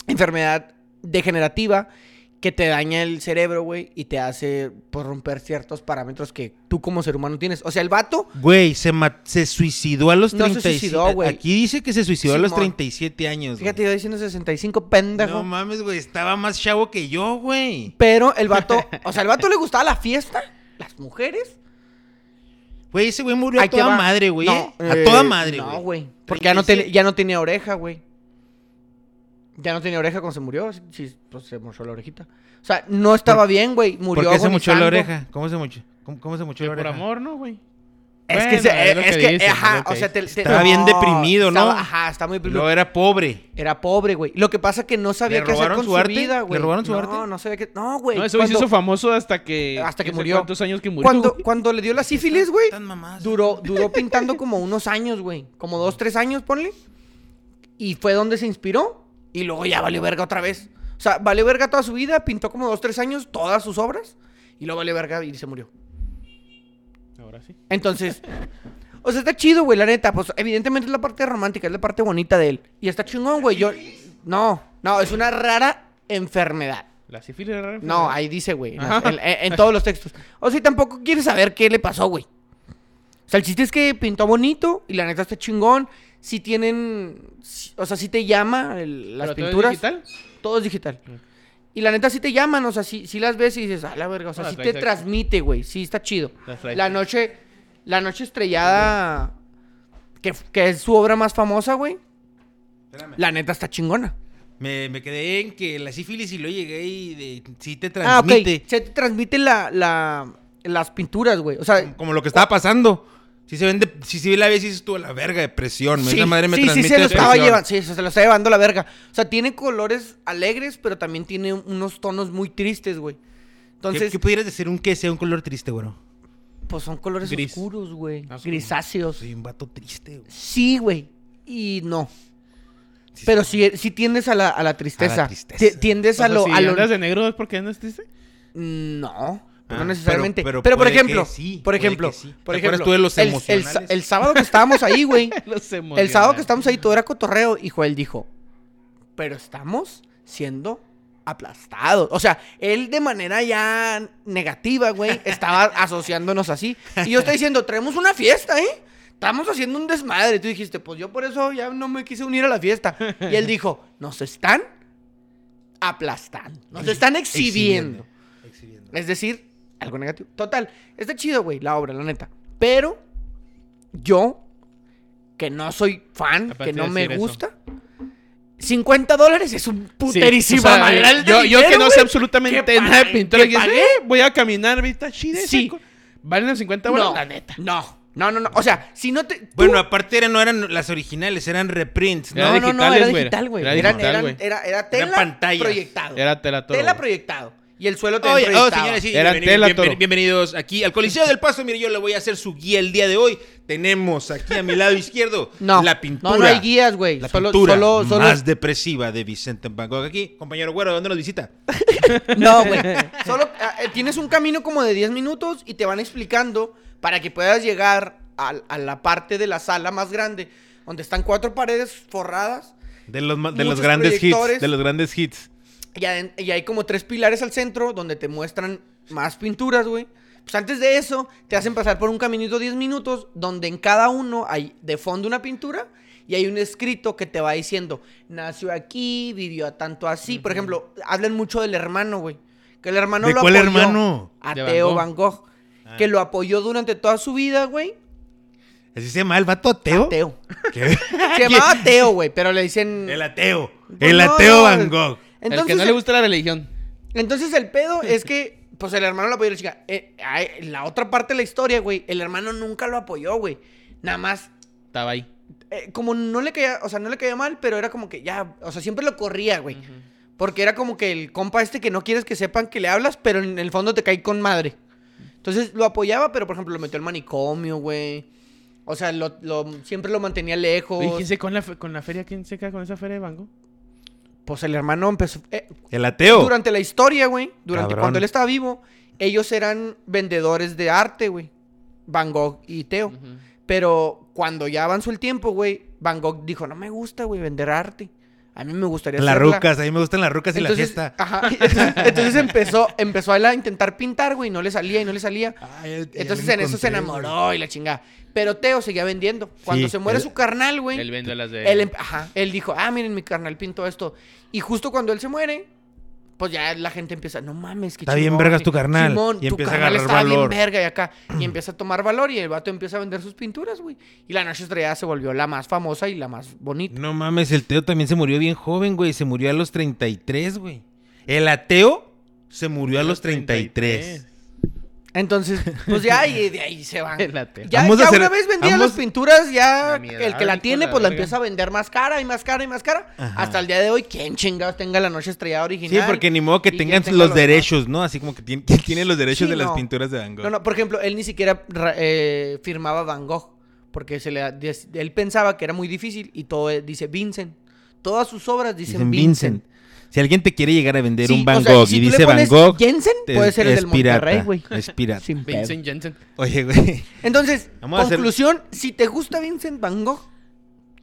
Enfermedad degenerativa que te daña el cerebro, güey, y te hace pues, romper ciertos parámetros que tú como ser humano tienes. O sea, el vato,
Güey, se, ma- se suicidó a los
No se
37.
suicidó, güey.
Aquí dice que se suicidó a los
Simón.
37 años.
fíjate,
güey.
iba diciendo 65, pendejo.
No mames, güey, estaba más chavo que yo, güey.
Pero el
*laughs*
vato, o sea, el vato le gustaba la fiesta, las mujeres.
Güey, ese güey murió a
Ahí te
toda
va.
madre, güey.
No,
¿eh? a
eh,
toda madre, güey.
No, güey. Porque ya no, te- ya no tenía oreja, güey. Ya no tenía oreja cuando se murió. Sí, sí, pues se mochó la orejita. O sea, no estaba bien, güey. Murió
¿Por qué se mochó la
agonizando.
oreja? ¿Cómo se mochó? ¿Cómo, cómo se mochó la
Por
oreja?
amor, ¿no, güey?
Es que, se-
Bueno, es lo
es
que
que,
dicen, es
ajá,
lo que
o sea, te, te-
Estaba bien deprimido, ¿no?
estaba- Ajá, está muy deprimido.
Lo era pobre.
Era pobre, güey. Lo que pasa que no sabía
¿Le
qué hacer
robaron
con
su
su,
arte?
vida,
¿Le
güey.
robaron su
no,
arte?
No, sabía qué... No, güey.
No, ese güey se
Cuando-
hizo famoso hasta que.
Hasta que
no sé
murió.
¿Cuántos años que murió?
cuando, cuando le dio la sífilis, güey,
Tan mamadas.
Duró, duró pintando como unos años, güey. Como dos, tres años, ponle. Y fue donde se inspiró. Y luego ya valió verga otra vez. O sea, valió verga toda su vida. Pintó como dos, tres años todas sus obras. Y luego valió verga y se murió.
Ahora sí.
Entonces, *laughs* o sea, está chido, güey, la neta. Pues evidentemente es la parte romántica, es la parte bonita de él. Y está chingón, güey. Yo. No, no, es una rara enfermedad.
La sífilis era rara.
No, ahí dice, güey. En, las-
Ajá.
en- en- en todos los textos. O sea, y tampoco quieres saber qué le pasó, güey. O sea, el chiste es que pintó bonito y la neta está chingón. Si tienen. si- O sea, si te llama el-
¿Pero
las
todo es
pinturas.
digital?
Todo es digital. Y la neta sí te llaman, o sea, sí, sí las ves y dices, a la verga, o sea,
Ah,
sí
trae
te
texto.
transmite, güey, sí está chido.
Las trae
La
texto.
noche, la noche estrellada, que, que es su obra más famosa, güey,
Espérame.
la neta está chingona.
Me, me quedé en que la sífilis y lo llegué y de, sí te
Ah, ok,
transmite.
se te transmite la, la, las pinturas, güey, o sea,
Como lo que estaba pasando. Si se vende, si se ve la vez y dices tú a la verga depresión.
sí,
Esa madre me
sí, sí
transmite
se lo estaba
depresión.
llevando, sí, se lo está llevando la verga. O sea, tiene colores alegres, pero también tiene unos tonos muy tristes, güey.
¿Qué-
Entonces,
¿Qué, pudieras decir un que sea un color triste, güero?
pues son colores
Gris.
oscuros,
Ah,
güey,
Azul.
grisáceos.
Soy un vato triste, güey.
Sí, güey. Y no.
Sí,
Pero si, tiendes a la, a la tristeza.
tristeza.
Ti-
O
Tiendes
sea,
a lo...
si
a lo-
andas de negro es porque andas triste. *laughs*
No,
Ah,
no necesariamente.
pero-
Pero,
pero
por
puede que
ejemplo,
sí,
por
puede
ejemplo,
que sí.
por
¿Te acuerdas
ejemplo,
tú de los
el- el,
emocionales?
sa- el sábado que estábamos ahí, güey,
Los
el
emocionales.
sábado que estábamos ahí todo era cotorreo y Joel dijo, pero estamos siendo aplastados. O sea, él de manera ya negativa, *laughs* güey, estaba asociándonos así. Y yo estoy diciendo, traemos una fiesta, ¿eh? Estamos haciendo un desmadre. Y tú dijiste, pues yo por eso ya no me quise unir a la fiesta. Y él dijo, nos están aplastando, nos están exhibiendo.
Exhibiendo.
Es decir, algo negativo. Total, está chido, güey, la obra, la neta. Pero yo, que no soy fan,
Aparte
que no
de
me
decir eso.
gusta, 50 dólares es un
Sí,
puterísima
o sea,
madral de
yo, yo
dinero,
que no
güey.
sé absolutamente
¿Qué
nada de
pagué?
pintura.
¿Qué
que dices,
pagué?
"Eh, voy a caminar, ahorita chida. esa
Sí.
co-". ¿Valen los 50 bolas?
No,
La neta.
No, no, no, no. O sea, si no te. tú-
Bueno, aparte eran- no eran las originales, eran reprints, ¿no?
Era
no, no, no,
digitales,
era
güey.
digital, güey.
Era
Era, eran-
digital,
eran-
güey.
era- era tela
pantallas.
proyectado.
Era tela todo.
tela
güey.
proyectado. Y el suelo te
Oye, oh,
proyectaba.
señores, sí,
Era
bienvenidos,
tela,
bien-
toro.
bien- bienvenidos aquí al Coliseo del Paso. Mire, yo le voy a hacer su guía el día de hoy. Tenemos aquí a mi lado *laughs* izquierdo
no,
la
No,
pintura.
no hay guías, güey.
La
Solo,
pintura
solo, solo.
más depresiva de Vicente Van Gogh. Aquí, compañero Güero, ¿dónde nos visita?
*laughs* No, güey. Solo eh, tienes un camino como de 10 minutos y te van explicando para que puedas llegar al- a, la parte de la sala más grande, donde están cuatro paredes forradas
De los, ma- de
Muchos
los grandes hits.
proyectores.
De los grandes hits.
y, aden- y hay como tres pilares al centro donde te muestran más pinturas, güey. Pues antes de eso, te hacen pasar por un caminito de 10 minutos donde en cada uno hay de fondo una pintura y hay un escrito que te va diciendo, nació aquí, vivió a tanto así. Por ejemplo, hablan mucho del hermano, güey. Que el hermano
¿De
lo
cuál
apoyó.
hermano? Ah.
A
De Van
Teo
Gogh.
Van Gogh. Que lo apoyó durante toda su vida, güey.
Así se llama el vato ateo. *laughs*
Teo.
¿Qué?
*laughs* Se llamaba Teo, güey, pero le dicen...
El ateo.
Pues
El
no,
ateo
no,
Van Gogh.
el que no le gusta la religión.
Entonces el
*laughs*
pedo es que, pues el hermano lo apoyó a la chica. Eh, ay, la otra parte de la historia, güey, el hermano nunca lo apoyó, güey. Nada más,
Estaba ahí.
eh, como no le caía, o sea, no le caía mal, pero era como que ya, o sea, siempre lo corría, güey. Porque era como que el compa este que no quieres que sepan que le hablas, pero en el fondo te cae con madre. Entonces lo apoyaba, pero por ejemplo lo metió al manicomio, güey. O sea, lo, lo- siempre lo mantenía lejos.
Oye, ¿quién se con la, fe- con la feria? ¿Quién se queda con esa feria de Van Gogh?
Pues el hermano empezó... eh,
El ateo.
Durante la historia, güey, durante
Cabrón.
cuando él estaba vivo, ellos eran vendedores de arte, güey. Van Gogh y Teo. Pero cuando ya avanzó el tiempo, güey, Van Gogh dijo, no me gusta, güey, vender arte. A mí me gustaría
Las
hacerla".
rucas. A mí me gustan las rucas y la
Entonces-
fiesta.
ajá, *laughs* entonces, entonces empezó, empezó él a intentar pintar, güey, no le salía y no le salía.
Ay, el- el
Entonces en
encontré,
eso se enamoró y la chingada. Pero Teo seguía vendiendo. Cuando
Sí,
se muere
él-
su carnal, güey.
Él vende las de.
Él, em- ajá, él dijo, ah, miren, mi carnal pintó esto. Y justo cuando él se muere, pues ya la gente empieza, no mames, que
Está bien vergas tu carnal.
Simón,
Y
tu
empieza a
carnal
agarrar
estaba
valor.
bien verga y acá. Y empieza a tomar valor y el vato empieza a vender sus pinturas, güey. Y la noche estrellada se volvió la más famosa y la más bonita.
No mames, el Teo también se murió bien joven, güey. Se murió a los 33, güey. El ateo se murió a los 33.
Entonces, pues ya y de ahí *laughs* se van.
El ateo.
Ya,
Vamos a
ya
hacer-
una vez vendidas
vamos-
las pinturas, ya
A mi edad,
el que la
hijo
tiene,
de
pues la
verga.
empieza a vender más cara y más cara y más cara.
Ajá.
Hasta el día de hoy, ¿quién chingados tenga la noche estrellada original?
Sí, porque ni modo que
y
tengan
quién tenga
los
los demás.
derechos, ¿no? Así como que tiene, que *laughs* tiene los derechos
Sí,
de las
no.
pinturas de Van Gogh.
No, no, por ejemplo, él ni siquiera ra- eh, firmaba Van Gogh, porque se le, da- des- él pensaba que era muy difícil y todo eh, dice Vincent. Todas sus obras dicen,
Dicen
Vincent.
Vincent. Si alguien te quiere llegar a vender
Sí,
un Van
o sea,
Gogh
si
y
tú le
dice Van
pones
Gogh,
Jensen,
te-
puede ser el del
pirata,
Monterrey, güey.
Es pirata.
Sin pedo.
Vincent Jensen.
Oye, güey.
Entonces,
Vamos a hacer-
conclusión, si te gusta Vincent Van Gogh,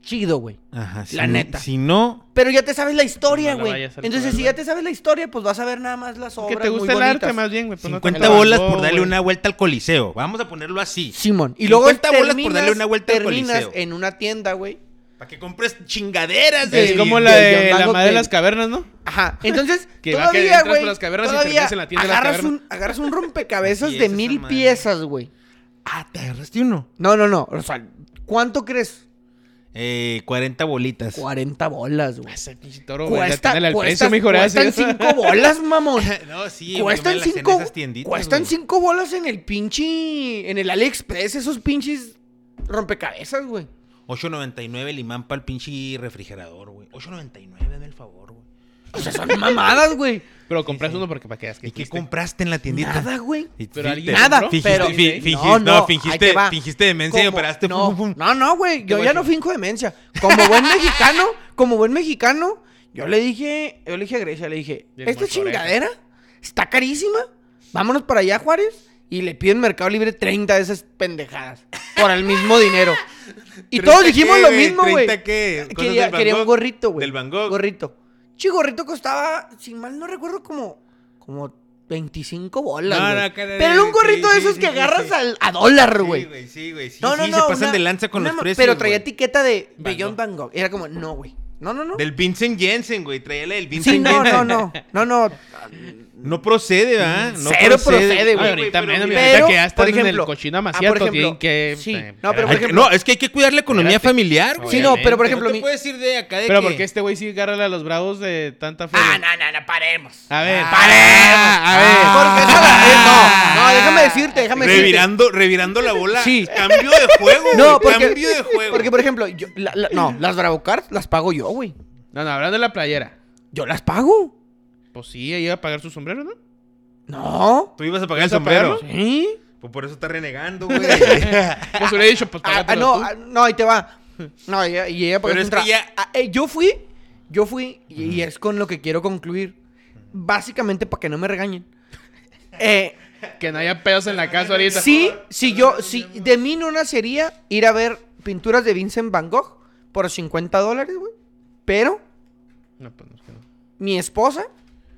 chido, güey.
Ajá, si
La
no-
neta.
Si no,
Pero ya te sabes la historia,
No la
güey.
vayas a
Entonces, si
recuerda.
ya te sabes la historia, pues vas a ver nada más las obras
Que te
muy
gusta el arte
bonitas.
más bien, güey. pues no te
50
gusta
bolas
Van
por
Gogh,
darle
güey.
una vuelta al coliseo. Vamos a ponerlo así.
Simón. Y luego
50 bolas por
terminas-
darle una vuelta al
terminas
Coliseo.
en una tienda, güey.
Para que compres chingaderas de...
Es como
de-
la
de
de
John Ah,
la
Van
madre de
Gogh,
las
de-
cavernas, ¿no?
Ajá. Entonces,
*laughs* Que va que
todavía,
entras por
güey.
las cavernas y
todavía
terminas en la tienda de las
agarras,
cavernas.
un,
*laughs*
agarras un rompecabezas
Sí, es
de
esa
mil
madre.
piezas, güey.
Ah, te agarraste uno.
No, no, no. O sea, ¿cuánto crees?
Eh, 40 bolitas.
40 bolas, güey.
Ese pinche toro, güey.
Cuesta,
Cuesta, el
cuesta,
precio, mijo. le
cuestan
haces.
5 bolas,
*laughs*
mamón.
*laughs* No, sí, güey, me
cuestan
las en
5
esas tienditas,
Cuestan
güey.
5 bolas en el pinche en el AliExpress esos pinches rompecabezas, güey.
8.99 el imán para el pinche refrigerador, güey. 8.99, dame el favor, güey.
O sea, son *laughs* mamadas, güey.
Pero compras uno porque para que veas que
¿Y qué
existe.
compraste en la tiendita?
Nada, güey.
Y
Pero
fi-
alguien
te-
Nada,
fingiste,
pero- ¿eh?
fi- fingiste-
No,
no,
no,
ahí te
fingiste,
va.
fingiste demencia y
Como-
operaste.
No,
pum, pum, pum.
no, no, güey. Yo
voy
ya
a
no
decir?
finjo demencia. Como buen mexicano, como buen mexicano, yo le dije, yo le dije a Grecia, le dije,
Bien,
esta
muy correcto.
chingadera está carísima. Vámonos para allá, Juárez. Y le piden Mercado Libre 30 de esas pendejadas. Por el mismo dinero.
*laughs*
Y todos
30
dijimos
qué,
lo
güey?
mismo, güey.
30 qué? ¿Cosas
Quería,
del Van
quería un
Gogh?
gorrito, güey.
Del Van Gogh.
Gorrito. Che, gorrito costaba, si mal no recuerdo, como, como 25 bolas,
No,
güey.
no, cara de-
Pero era un gorrito
sí,
de
sí,
esos
sí,
que
sí,
agarras
sí.
al- a dólar, güey.
Sí, güey, sí, güey. Sí,
No, no,
sí,
no.
se pasan
una-
de lanza con
una
los
ma-
precios.
Pero traía
güey.
etiqueta de
Van
de John
Gogh.
Van Gogh. Era como, no, güey. No, no, no.
Del Vincent Jensen, güey. Traía la del Vincent
Sí, no,
Jensen. *laughs*
no, no. No, no.
No procede, ¿ah? No
Cero procede,
Ay,
güey,
ahorita
pero
menos,
mira,
ahorita
pero,
que ya están
por
en
ejemplo-
el cochino
ah, por
amaciato,
ejemplo,
tienen que...
sí.
eh,
No, pero, por
Hay-
ejemplo-
no, es que hay que cuidar la economía
Espérate.
familiar, güey.
Sí, no, pero
No
por ejemplo,
te
mi-
puedes ir de acá de
Pero
que-
porque este güey sí agarra a los bravos de tanta fe.
Ah, no, no, no, paremos.
A ver.
Ah,
a ver.
Porque esa la- eh, no, no, déjame decirte, déjame decirte.
Revirando, revirando la bola.
Sí.
Cambio de juego,
No,
güey,
porque,
Cambio de juego.
porque por ejemplo, yo- la- la- no, las Bravo Cards las pago yo, güey.
No, no, hablando de la playera.
Yo las pago.
Pues sí, ella iba a pagar su sombrero, ¿no?
No.
Tú ibas a pagar el
¿Vas a
sombrero.
pagarlo?
¿Sí?
Pues por eso está renegando,
*laughs*
güey. pero
Pues hubiera dicho, pues
Ah,
paga
ah, no, ah, no, ahí te va. No, y, y ella porque
Pero es
entra-
que ya-
Ah, eh, yo fui, yo fui, y, y es con lo que quiero concluir. Básicamente para que no
*laughs*
me regañen. Eh,
Que no haya pedos en la casa ahorita.
sí, si yo, si de mí no nacería ir a ver pinturas de Vincent Van Gogh por 50 dólares, güey. Pero
No, pues no, es que no.
mi esposa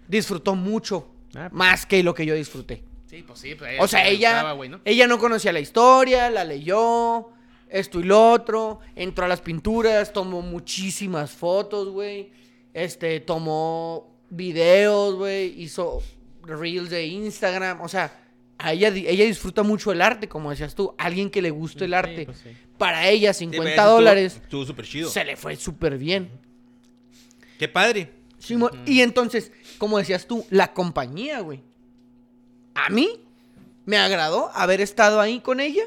disfrutó mucho
Ah, pues.
más que lo que yo disfruté.
Sí, pues sí. pues,
O sea,
le
ella,
gustaba, güey, ¿no?
ella no conocía la historia, la leyó, esto y lo otro, entró a las pinturas, tomó muchísimas fotos, güey. Este, tomó videos, güey, hizo reels de Instagram. O sea, a ella, di- ella disfruta mucho el arte, como decías tú. Alguien que le gusta el arte.
pues sí.
Para ella,
eso
50
estuvo-
dólares
Estuvo súper chido.
se le fue súper bien.
Qué padre.
Simón, y entonces, como decías tú, la compañía, güey. A mí me agradó haber estado ahí con ella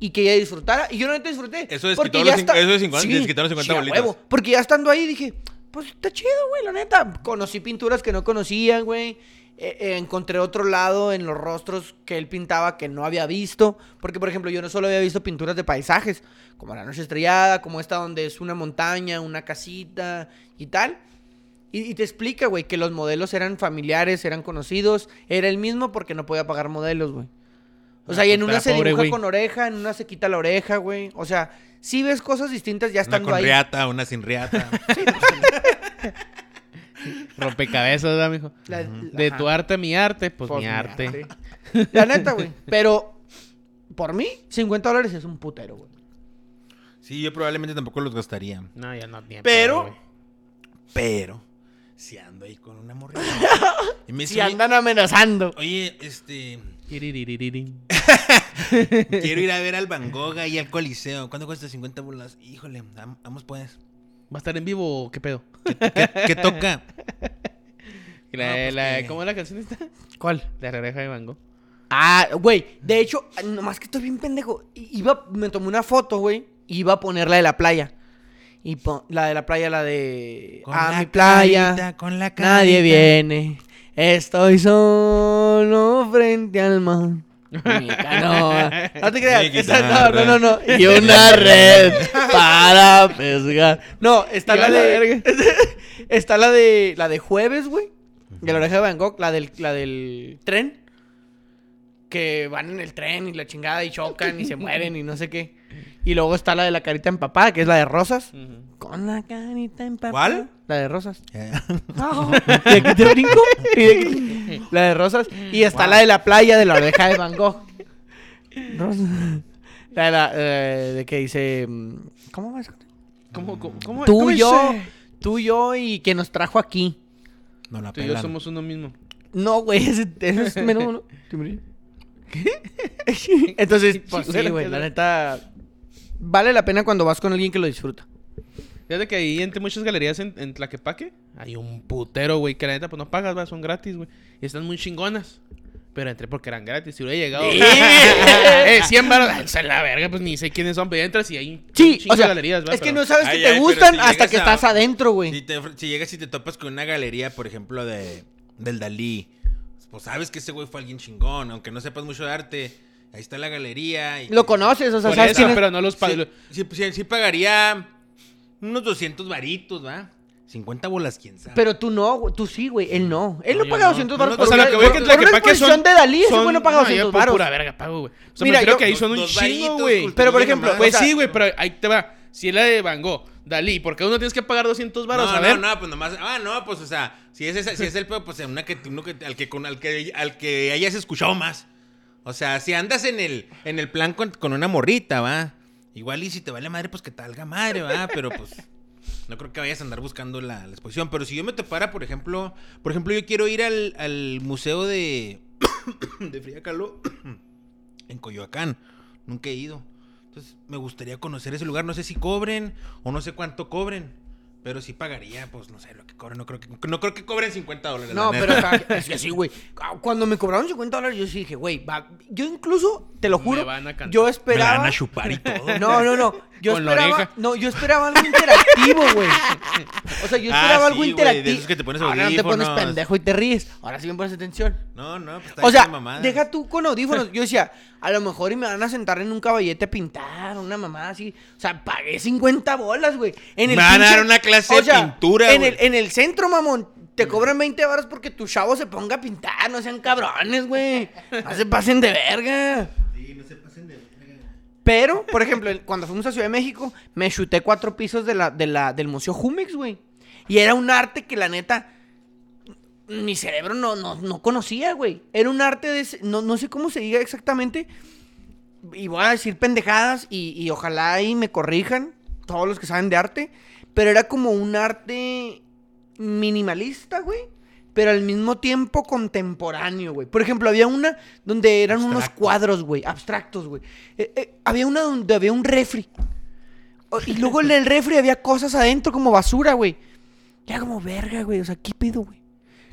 y que ella disfrutara. Y yo no disfruté.
Eso les
porque
quitaron
ya
los cin-
está-
eso les quitaron- les quitaron 50
a
bolitas.
huevo, porque ya estando ahí dije, pues está chido, güey, la neta. Conocí pinturas que no conocía, güey. Eh, eh, encontré otro lado en los rostros que él pintaba que no había visto. Porque, por ejemplo, yo no solo había visto pinturas de paisajes, como la noche estrellada, como esta donde es una montaña, una casita y tal. Y, y te explica, güey, que los modelos eran familiares, eran conocidos. Era el mismo porque no podía pagar modelos, güey. O sea, y en
pues,
Ah,
una se
pobre
dibuja
güey.
con oreja, en una se quita la oreja, güey. O sea, sí ves cosas distintas ya
Una
estando
con
ahí.
reata, una sin reata.
Rompecabezas, ¿verdad, mijo?
La-
De
ajá.
tu arte a mi arte, pues,
Pues,
mi,
mi
arte.
arte. La
*laughs*
neta, güey. Pero por mí, 50 dólares es un putero, güey.
*laughs* Sí, yo probablemente tampoco los gastaría.
No, ya no tiene
Pero-
pedo, güey.
Pero, si ando ahí con una morrita. Y
*laughs*
me dice,
Si andan amenazando.
oye, este,
Tiriririririn.
quiero ir a ver al Van Gogh y al Coliseo. ¿Cuánto cuesta 50 bolas? Híjole, vam- vamos pues.
¿Va a estar en vivo o qué pedo?
¿Qué, qué
*laughs*
toca?
Y la-
No, pues,
la-
que-
¿Cómo es la canción esta?
¿Cuál?
La rereja de Van Gogh.
Ah, güey. De hecho, nomás que estoy bien pendejo. I- Iba, me tomé una foto, güey. y Iba a poner la de la playa. Y pon- la de la playa, la de.
Con
a
la
mi playa.
carita, con la
nadie
carita.
viene. Estoy solo frente al mar. Mi canoa. No te creas.
Mi
esa-
guitarra.
no, no, no, no. Y una red para pescar. No, está
Y
la
a la
de. *laughs* Está la de. La de jueves, güey. De la oreja de Van Gogh, la del, la del tren. Que van en el tren y la chingada y chocan y se mueren y no sé qué. Y luego está la de la carita empapada, que es la de rosas.
Mm.
Con la carita empapada.
¿Cuál?
La de rosas.
Eh,
Y *laughs* de aquí te brinco. y de aquí- La de rosas. Y está la de la playa de la oreja de Van Gogh. Rosas. La de la. eh, de que dice. mm, ¿Cómo vas?
¿Cómo, cómo, cómo,
Tú
cómo
y
es,
yo.
eh?
Tú y yo y que nos trajo aquí.
No la
Tú y yo
pelan.
somos uno mismo.
No, güey, *laughs* ese, ese es menos uno. ¿Qué? *laughs* Entonces, pues, sí,
Chingadera,
güey,
¿qué
la
tal?
neta. Vale la pena cuando vas con alguien que lo disfruta.
Fíjate que ahí entre muchas galerías en, en Tlaquepaque hay un putero, güey, que la neta pues no pagas, va, son gratis, güey. Y están muy chingonas. Pero entré porque eran gratis. Si hubiera llegado.
Sí.
*laughs* eh, 100 baros. Ay, o sea, la verga, pues ni sé quiénes son. Pero ya entras y hay un
Sí,
chingo
o sea,
de galerías, ¿verdad?
es que
Pero-
no sabes
Ay,
que te
ay, pero
gustan
si
hasta
llegas
que
a-
estás adentro, güey.
Si, te- si llegas y te topas con una galería, por ejemplo, de del Dalí, pues sabes que ese güey fue alguien chingón, aunque no sepas mucho de arte. Ahí está la galería. y-
Lo conoces, o sea,
Por
sabes
eso,
quién es.
pero no los
Sí,
pagó.
pues, sí, sí, sí pagaría unos 200 varitos, ¿va? 50 bolas, quién sabe.
Pero tú no, güey, tú sí, güey, él no. Él
No,
no,
yo
paga
no.
200
No, no,
baros
o
por
sea,
una,
lo que voy a
por-
que-
lo
por
que
una
pasa es que
exposición de Dalí, ese
son-
güey no paga
no,
200
yo por
baros.
pura verga pago, güey. O sea,
Mira,
me refiero
yo-
que ahí son un
Dos varitos,
chingo, güey.
cultura
Pero, por
nomás.
ejemplo, o
Pues
sea-
sí, güey, pero ahí te va. Si es la de Van Gogh, Dalí, porque uno tienes que pagar 200
No,
baros, a
no,
ver.
no, pues nomás. Ah, no, pues, o sea, si es, esa- si es el pedo, pues una que, uno que, al, que con, al, que, al que hayas escuchado más. O sea, si andas en el, en el plan con, con una morrita, ¿va? Igual y si te vale madre, pues que talga madre, ¿va? Pero pues. No creo que vayas a andar buscando la, la exposición. Pero si yo me topara, por ejemplo. Por ejemplo, yo quiero ir al, al museo de. *coughs* de Frida Kahlo. *coughs* en Coyoacán. Nunca he ido. Entonces, me gustaría conocer ese lugar. No sé si cobren o no sé cuánto cobren. Pero sí pagaría, pues no sé lo que cobren. No creo que, no creo que cobren 50 dólares.
No,
la
pero
neta.
o sea, es que sí, güey. Cuando me cobraron 50 dólares, yo sí dije, güey, va. Yo incluso, te lo
Me
juro,
van a cantar.
*laughs*
yo
Me la
esperaba.
van a chupar y todo.
*laughs* No, no, no. Yo
Con la
esperaba.
oreja.
No, yo esperaba algo interactivo, güey. O sea, yo
Ah,
esperaba algo
sí, güey, de
interactivo.
esos que te pones
Ahora no te pones
audífonos.
pendejo y te ríes. Ahora sí me pones atención.
No, no, pues, está
O sea,
haciendo mamadas.
deja tú
*laughs*
con audífonos. Yo decía, a lo mejor y me van a sentar en un caballete a pintar, una mamá así. O sea, pagué 50 bolas, güey. En el
Me van a
pinche-
dar una clase de pintura,
en
güey.
el, en el centro, mamón, te cobran 20 baros porque tu chavo se ponga a pintar. No sean cabrones, güey. No se pasen de verga.
Sí, no se pasen de.
Pero, por ejemplo, el- cuando fuimos a Ciudad de México, me chuté cuatro pisos de la, de la, del Museo Jumex, güey. Y era un arte que la neta, mi cerebro no, no, no conocía, güey. Era un arte de... ese- No, no sé cómo se diga exactamente. Y voy a decir pendejadas y, y ojalá y me corrijan todos los que saben de arte. Pero era como un arte minimalista, güey. Pero al mismo tiempo contemporáneo, güey. Por ejemplo, había una donde eran unos
Abstracto.
cuadros, güey. Abstractos, güey. Eh, eh, había una donde había un refri. O- Y luego en el refri había cosas adentro como basura, güey. Ya como verga, güey. O sea, ¿qué pedo, güey?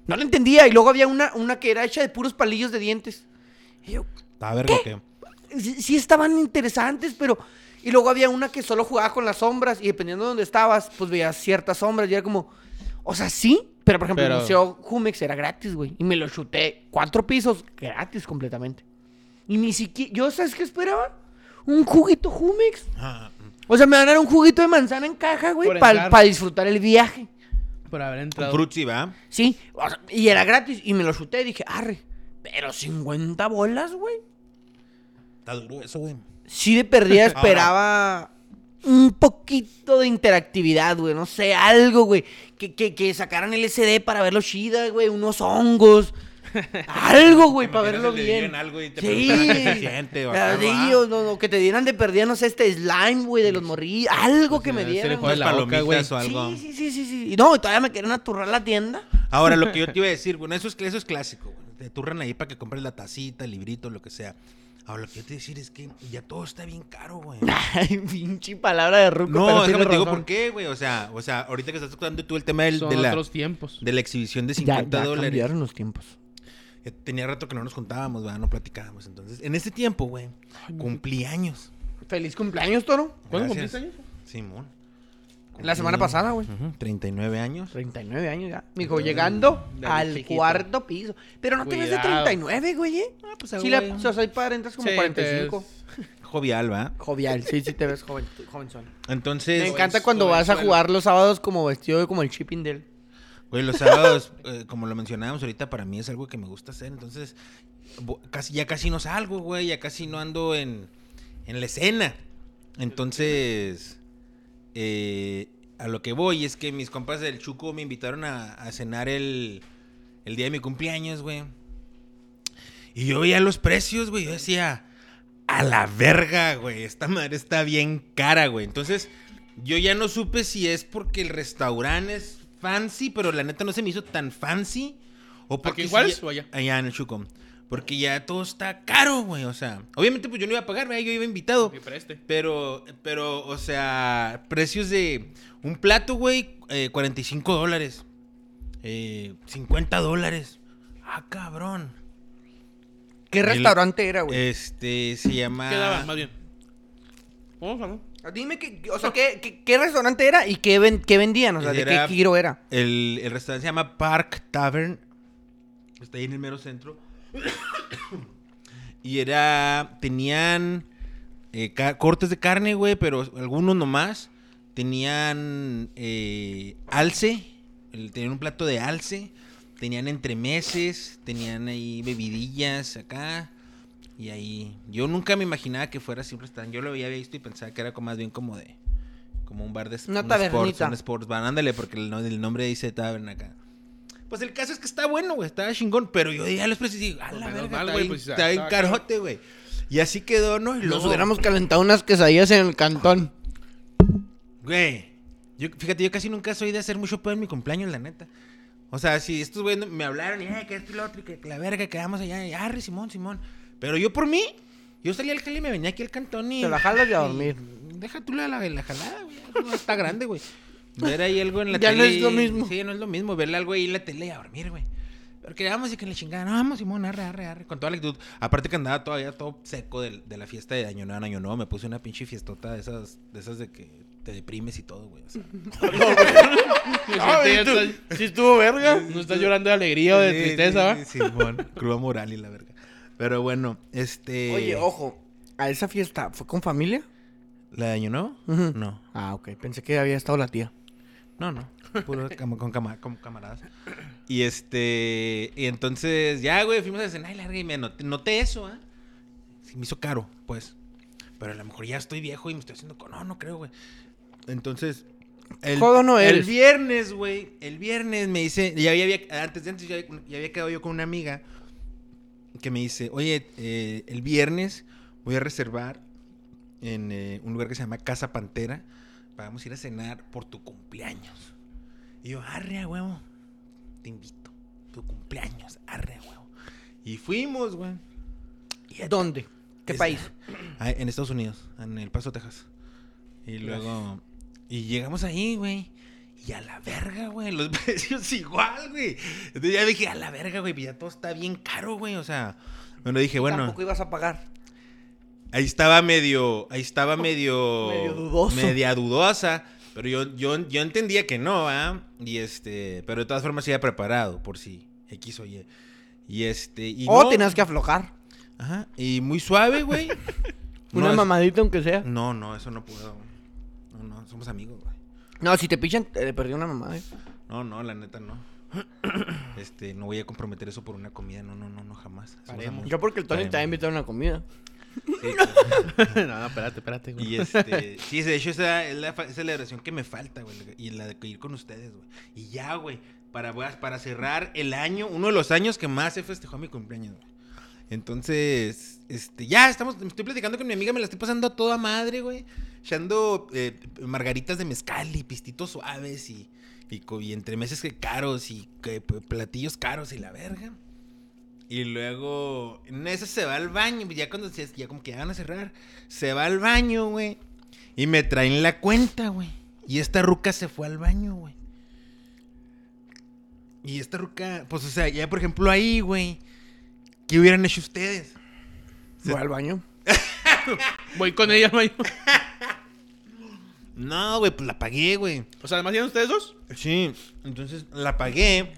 No lo entendía. Y luego había una, una que era hecha de puros palillos de dientes. Y yo,
A ver, ¿qué?
sí, sí estaban interesantes, pero... Y luego había una que solo jugaba con las sombras y dependiendo de dónde estabas, pues veías ciertas sombras y era como... O sea, sí, pero por ejemplo el
Pero-
Museo Jumex era gratis, güey. Y me lo chuté cuatro pisos gratis completamente. Y ni siquiera... ¿Yo sabes qué esperaba? Un juguito Jumex.
Ah,
O sea, me van a dar un juguito de manzana en caja, güey,
Por
para
entrar.
disfrutar el viaje.
Por haber entrado.
Fruitsy, ¿va?
Sí, o sea, y era gratis. Y me lo chuté y dije, arre, pero 50 bolas, güey.
Está duro eso, güey.
Sí, de
*laughs*
perdida esperaba un poquito de interactividad, güey. No sé, algo, güey. Que, que, que sacaran el SD para verlo chida, güey.
*laughs*
Unos hongos. Algo, güey,
¿Te
para
imaginas
verlo
si le dieran
bien.
algo y te
sí.
preguntaran qué se siente o acá,
Ah, sí,
¿va?
o no, no, que te dieran de perdida, no sé, este slime, güey, de los morrillos.
Pues
Algo que me
Se le
dieran.
juega
güey.
Unas
la boca, güey.
palomitas o algo.
Sí, sí, sí, sí, sí. Y No, y todavía me quieren aturrar la tienda. *laughs*
Ahora, lo que yo te iba a decir, bueno, eso es, eso es clásico, güey. Te turran ahí para que compres la tacita, el librito, lo que sea. Ahora, lo que yo te iba a decir es que ya todo está bien caro, güey.
Ay, pinche palabra de ruco. pero
No,
tienes
déjame te digo
razón.
por qué, güey. O sea, o sea, ahorita que estás tocando tú el tema del-
Son
de, la,
otros tiempos.
de la exhibición de
Ya,
50
ya
dólares.
cambiaron los tiempos.
Eh, Tenía rato que no nos juntábamos, ¿verdad? No platicábamos. Entonces, en ese tiempo, güey, cumplí años.
Feliz cumpleaños, Toro.
¿Cuándo
Gracias.
cumpliste años?
Simón.
La semana pasada, güey.
Ujú, 39 años.
39 años ya. Mijo, llegando
de ahí
al
chiquito.
cuarto piso. Pero no te ves de
Cuidado. Ah,
39, güey. ¿eh?
pues,
sí, la, o sea, soy padre, entras como
Sí,
45.
Jovial, ¿verdad?
Jovial, sí, sí te ves joven, jovenzón.
Entonces,
Me encanta cuando vas a
jovenzuelo.
jugar los sábados como vestido de- como el chipping del.
Güey, los sábados, eh, como lo mencionábamos ahorita, para mí es algo que me gusta hacer. Entonces, bo- casi, ya casi no salgo, güey. Ya casi no ando en, en la escena. Entonces, eh, a lo que voy es que mis compas del Chuco me invitaron a, a cenar el, el día de mi cumpleaños, güey. Y yo veía los precios, güey. Yo decía, a la verga, güey. Esta madre está bien cara, güey. Entonces, yo ya no supe si es porque el restaurante es fancy, pero la neta no se me hizo tan fancy. O porque
en
si
Juárez
ya-
o allá?
Allá en el Chuco. Porque ya todo está caro, güey. O sea, obviamente pues yo no iba a pagar, güey. Yo iba invitado.
Que preste.
Pero, pero, o sea, precios de un plato, güey, eh, 45 dólares. Eh, 50 dólares. Ah, cabrón.
¿Qué restaurante era, güey?
Este se llama.
Quedaba, más bien. Vamos a
*laughs*
ver.
Dime que, o sea, qué, qué- qué restaurante era y qué, ven- qué vendían, o sea, de qué
Era-
giro era.
El, el restaurante se llama Park Tavern. Está ahí en el mero centro. y era. Tenían eh, ca- cortes de carne, güey, pero algunos nomás. Tenían eh, alce. el- tenían un plato de alce. Tenían entremeses. Tenían ahí bebidillas acá. Y ahí. Yo nunca me imaginaba que fuera siempre tan. Yo lo había visto y pensaba que era como- más bien como de. Como un bar de
Una
un Sports,
tabernita.
un sports bar. Ándale, porque el, no- el nombre dice taberna acá. Pues el caso es que está bueno, güey. Está chingón. Pero yo ya los precios y digo, a la
Menos
verga,
mal,
está
güey,
bien-
pues,
está bien
está-
carote, güey. Y así quedó, ¿no? Y
Nos
luego-
hubiéramos calentado unas quesadillas en el cantón.
Güey, yo, fíjate, yo casi nunca soy de hacer mucho pedo en mi cumpleaños, la neta. O sea, si estos güeyes no- me hablaron y, eh, que esto y lo otro, y que la verga, quedamos allá, y arre, Simón, Simón. Pero yo por mí, yo salí al jale y me venía aquí al cantón y.
Te la jalas y a dormir.
y Deja tú la, la, la jalada, güey. No está grande, güey. Ver ahí algo en la
Ya
tele.
no es lo mismo.
Sí, no es lo mismo. Verle algo ahí en la tele y a dormir, güey. Pero que vamos y que le chingada. No, vamos, Simón, arre, arre, arre. Con toda la actitud. Aparte que andaba todavía todo seco del- de, la fiesta de Año Nuevo en Año Nuevo. Me puse una pinche fiestota de esas de, esas de que te deprimes y todo, güey. o sea.
Me
Ay,
senté, ya
tú- Sí estuvo verga.
está- *laughs* No estás llorando de alegría o de
Sí,
tristeza, ¿va?
sí, sí, Simón. Cruda moral y la verga. Pero bueno, este...
Oye, ojo, ¿a esa fiesta fue con familia?
¿La de Año Nuevo?
Ujú.
No.
Ah, ok, pensé que había estado la tía.
No, no. Puro cam- con, cama- con camaradas. Y este. Y entonces, ya, güey, fuimos a cenar y larga y me noté, noté eso, ¿ah? Sí, me hizo caro, pues. Pero a lo mejor ya estoy viejo y me estoy haciendo. co- No, no creo, güey. Entonces. El,
Codo no
el
eres.
viernes, güey. El viernes me dice. Ya había, había- antes de antes ya, había- ya había quedado yo con una amiga que me dice: Oye, eh, el viernes voy a reservar en eh, un lugar que se llama Casa Pantera. Vamos a ir a cenar por tu cumpleaños. Y yo, arre, a huevo. Te invito. Tu cumpleaños, arre, a huevo. Y fuimos, güey. Y-
¿Dónde? ¿Qué
Es- *clears throat*
país?
Ah, en Estados Unidos, en El Paso, Texas. Y luego. Y llegamos ahí, güey. Y a la verga, güey. Los *laughs* precios igual, güey. Entonces ya dije, a la verga, güey. pues Ya todo está bien caro, güey. O sea. Bueno, dije, bueno.
Tampoco ibas a pagar.
Ahí estaba medio. Ahí
*laughs*
estaba medio.
Medio dudoso.
Media dudosa. Pero yo, yo, yo entendía que no, ¿ah? Y este. Pero de todas formas iba preparado, por si X o Y. Y este. Y
o
no.
Oh, tenías que aflojar.
Ajá. Y muy suave,
*laughs*
güey. No,
Una
es- Mm.
mamadita aunque sea.
no, no, eso no puedo. No, no, somos amigos, güey.
No, si te pichan, te le perdí una mamada. eh.
No, no, la neta no. *clears throat* Este, no voy a comprometer eso por una comida, no, no, no, no, jamás. Somos
Paremos.
amigos.
Yo porque el Tony
Paremos.
te había invitado a una comida. *laughs*
Sí,
no, *laughs* no, espérate, espérate, güey.
Y este, sí, de hecho, esa es la fa- celebración que me falta, güey. Y la de ir con ustedes, güey. Y ya, güey, para, para cerrar el año, uno de los años que más se festejó mi cumpleaños, güey. Entonces, este, ya estamos, me estoy platicando con mi amiga, me la estoy pasando a toda madre, güey. Echando eh, margaritas de mezcal y pistitos suaves y, y, co- y entre meses que caros y que, p- platillos caros y la verga. Y luego, en eso se va al baño, ya cuando se, ya como que ya van a cerrar, se va al baño, güey. Y me traen la cuenta, güey. Y esta ruca se fue al baño, güey. Y esta ruca, pues o sea, ya por ejemplo ahí, güey, ¿qué hubieran hecho ustedes?
Fue al baño.
Voy con ella, *laughs* hermano.
No, güey, pues la pagué, güey.
O sea, además tienen ustedes dos.
Sí, entonces la pagué.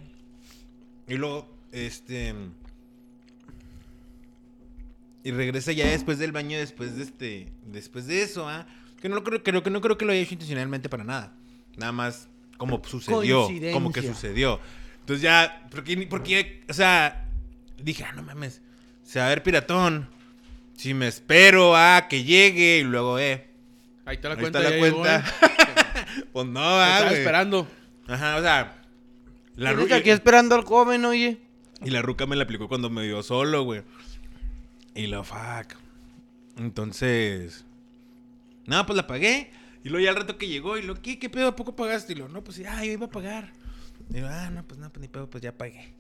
Y luego, este. Y regresa ya después del baño, después de este. Después de eso, ¿ah? Que no lo creo, creo que no creo que lo haya hecho intencionalmente para nada. Nada más como sucedió. Como que
Coincidencia.
sucedió. Entonces ya. Porque, ni- porque o sea. Dije, ah, no mames. Se va a ver piratón. Si me espero a que llegue y luego, eh.
Ahí está la
Ahí
cuenta.
está la
ya llegó,
cuenta.
eh.
*laughs* Pues no,
Te
ah,
estaba
güey.
esperando.
Ajá, o sea. La
Tienes
ruca
aquí esperando al joven, oye.
Y la ruca me la aplicó cuando me vio solo, güey. Y la fuck. Entonces. Nada, pues la pagué. Y luego ya al rato que llegó, y lo, ¿qué, qué pedo? ¿A poco pagaste? Y lo, no, pues ya, yo iba a pagar. Y yo, ah, no, pues no, pues ni pedo, pues ya pagué.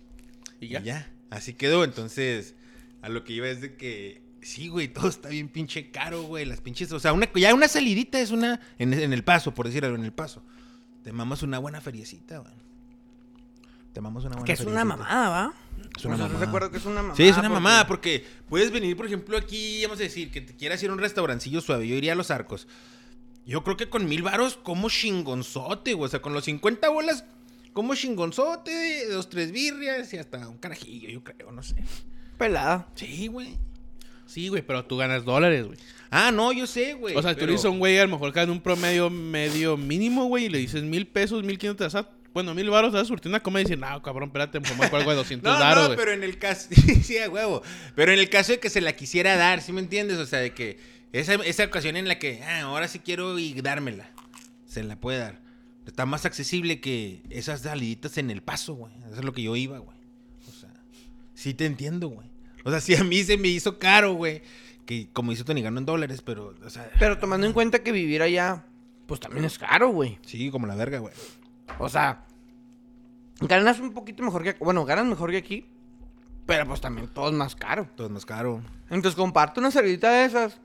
Y
Y
ya.
ya. Así quedó. Entonces, a lo que iba es de que. Sí, güey, todo está bien pinche caro, güey. Las pinches. O sea, una, ya una salidita es una. En, en el paso, por decir algo, en el paso. Te mamas una buena feriecita, güey. Te amamos una buena
Que es una
feria,
mamada, ¿va?
Es una
O sea, ¿estás de
mamada.
acuerdo que es una mamada?
Sí, es una
Porque-
mamada porque puedes venir, por ejemplo, aquí, vamos a decir, que te quieras ir a un restaurancillo suave. Yo iría a los arcos. Yo creo que con mil varos como chingonzote, güey. O sea, con los 50 bolas como chingonzote, dos, tres birrias y hasta un carajillo, yo creo, no sé.
Pelada.
Sí, güey.
Sí, güey, pero tú ganas dólares, güey.
Ah, no, yo sé, güey.
O sea, tú le
pero-
dices a un güey, a lo mejor gana un promedio medio mínimo, güey, y le dices mil pesos, mil quinientos, vas a- bueno, mil baros, te vas a surtir una coma y dices, no, cabrón, espérate, me pongo algo de
*laughs* No,
200 baros,
no,
güey.
pero en el caso. *laughs* sí, a huevo. Pero en el caso de que se la quisiera dar, ¿sí me entiendes? O sea, de que esa, esa ocasión en la que, ah, ahora sí quiero y dármela. Se la puede dar. Está más accesible que esas saliditas en el paso, güey. Eso es lo que yo iba, güey. O sea, sí te entiendo, güey. O sea, *laughs* sí a mí se me hizo caro, güey. Que como dice Tony, ganó en dólares, pero, o sea.
Pero tomando en cuenta que vivir allá, pues también es caro, güey.
Sí, como la verga, güey.
O sea, ganas un poquito mejor que ac- Bueno, ganas mejor que aquí, pero pues también todo es más caro.
Todo es más caro.
Entonces, comparte una servilleta de esas,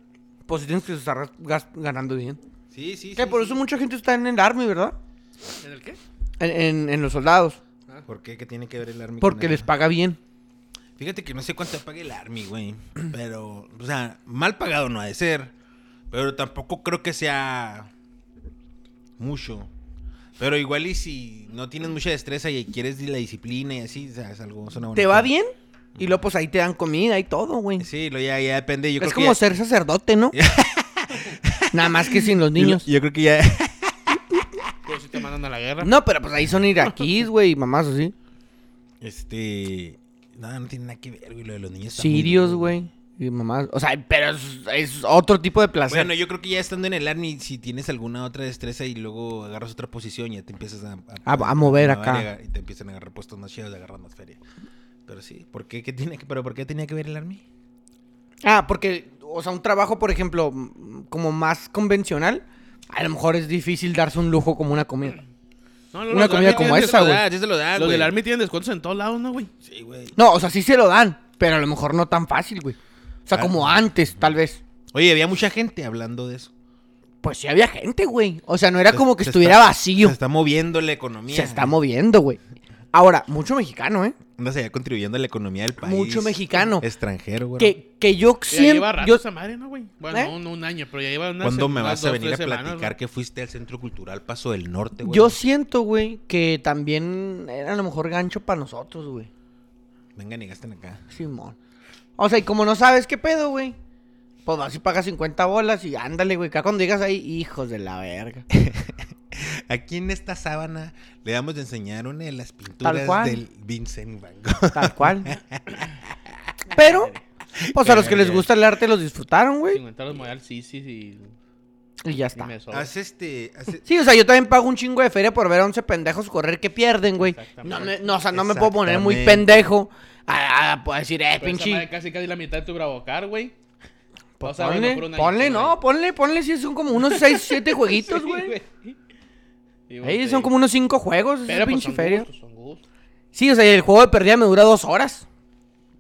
pues sí tienes que estar gas- ganando bien.
Sí, sí,
que
sí,
por
sí.
eso mucha gente está en el Army, ¿verdad?
¿En el qué?
En, en- en los soldados.
¿Por qué? ¿Qué tiene que ver el army? con
Porque
el-
les paga bien.
Fíjate que no sé cuánto pague el Army, güey. Pero, o sea, mal pagado no ha de ser. Pero tampoco creo que sea mucho. Pero igual y si no tienes mucha destreza y quieres la disciplina y así, o sea, es algo, suena
¿Te
bonito.
va bien? Y luego, pues ahí te dan comida y todo, güey.
Sí, lo ya, ya depende. Yo
Es
creo
como
que ya-
ser sacerdote,
*laughs*
¿no? Nada más que sin los niños.
Yo, yo creo que ya... *laughs*
Pero Pues si te mandan a la guerra.
No, pero pues ahí son iraquíes, güey, y mamás así.
Este... No, no tiene nada que ver, güey, lo de los niños. está muy
Sirios,
duro,
güey. Y mamás. O sea, pero es, es otro tipo de placer.
Bueno, yo creo que ya estando en el Army, si tienes alguna otra destreza y luego agarras otra posición, ya te empiezas a...
A- Ah, a mover acá.
y agar- Y te empiezan a agarrar puestos más chidos, agarrar más feria. Pero sí, ¿por qué? ¿Qué tiene que, ¿Pero por qué tenía que ver el Army?
Ah, porque, o sea, un trabajo, por ejemplo, m- como más convencional, a lo mejor es difícil darse un lujo como una comida.
No, no,
Una
los del
comida
Army
como
tienen- ah,
esa, güey.
Sí se lo da,
Los
güey.
del Army tienen descuentos en todos lados, ¿no, güey?
Sí, güey.
No, o sea, sí se lo dan, pero a lo mejor no tan fácil, güey. O sea,
Ah.
como antes, tal vez.
Oye, había mucha gente hablando de eso.
Pues sí había gente, güey. O sea, no era
Se-
como que
se
estuviera
está-
vacío.
Se está moviendo la economía.
Se está moviendo, güey. Ahora, mucho mexicano, ¿eh?
Andas allá contribuyendo a la economía del país.
Mucho mexicano.
Extranjero, güey.
Que, que yo
Ya lleva
siempre...
rato
Yo,
esa madre, ¿no, güey? Bueno,
¿Eh?
no, no un año, pero ya lleva una
¿Cuándo me
semana,
vas a
dos,
venir a
tres semanas,
platicar que fuiste al Centro Cultural Paso del Norte, güey?
yo siento, güey, que también era a lo mejor gancho para nosotros, güey.
Venga, ni gasten acá.
Simón. O sea, y como no sabes qué pedo, güey. Pues vas y pagas 50 bolas y ándale, güey. Acá cuando llegas ahí, hijos de la verga.
Aquí en esta sábana le damos de enseñar una de las pinturas
cual.
del Vincent Van
*laughs*
Gogh.
Tal cual. Pero, pues a los que les gusta el arte los disfrutaron,
¿no?
güey.
50 los modal, sí, sí, sí.
Y
Y
ya está.
me sobra.
Haz este. haz-
Sí, o sea, yo también pago un chingo de feria por ver a 11 pendejos correr que pierden, güey. No, me- no, o sea, no me puedo poner muy
Exactamente.
pendejo a, a- a decir, eh,
Pero esa madre
pinche.
Casi, casi la mitad de tu bravocar, güey.
pues
Vas a verlo por
ponle,
un año,
ponle,
por un
*laughs* no,
año.
ponle, ponle. Sí, son como unos
*laughs*
6, 7 jueguitos,
Sí,
güey.
Sí, güey,
Ey,
te
son
digo.
como unos 5 juegos, esa
Pero pues,
pinche
son
feria.
gustos, son gustos.
Sí, o sea, el juego de perdida me dura dos horas.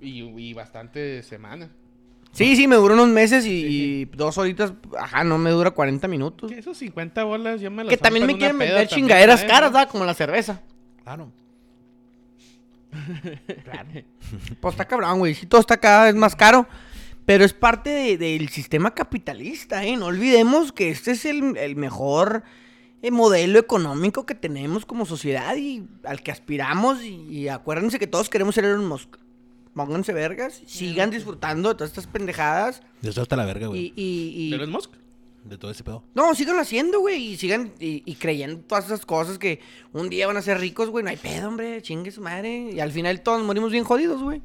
Y, y bastante semanas. Ah.
Sí, sí, me duró unos meses y, y dos horitas, ajá, no me dura 40 minutos.
Que esos 50 bolas ya me las
Pues Que también me quieren vender chingaderas caras, ¿verdad? Como la cerveza.
Claro.
Pues está cabrón, güey. Sí, todo está cada vez más caro. Pero es parte de- del sistema capitalista, ¿eh? No olvidemos que este es el, el mejor eh, modelo económico que tenemos como sociedad y al que aspiramos. Y, y acuérdense que todos queremos ser Elon Musk. Pónganse vergas, sigan disfrutando de todas estas pendejadas.
De eso hasta la verga, güey.
Y, y- y-
Pero es Musk.
De todo ese pedo.
No, síganlo haciendo, güey. Y sigan y, y creyendo todas esas cosas que un día van a ser ricos, güey. No hay pedo, hombre. Chingue su madre. Y al final todos morimos bien jodidos, güey.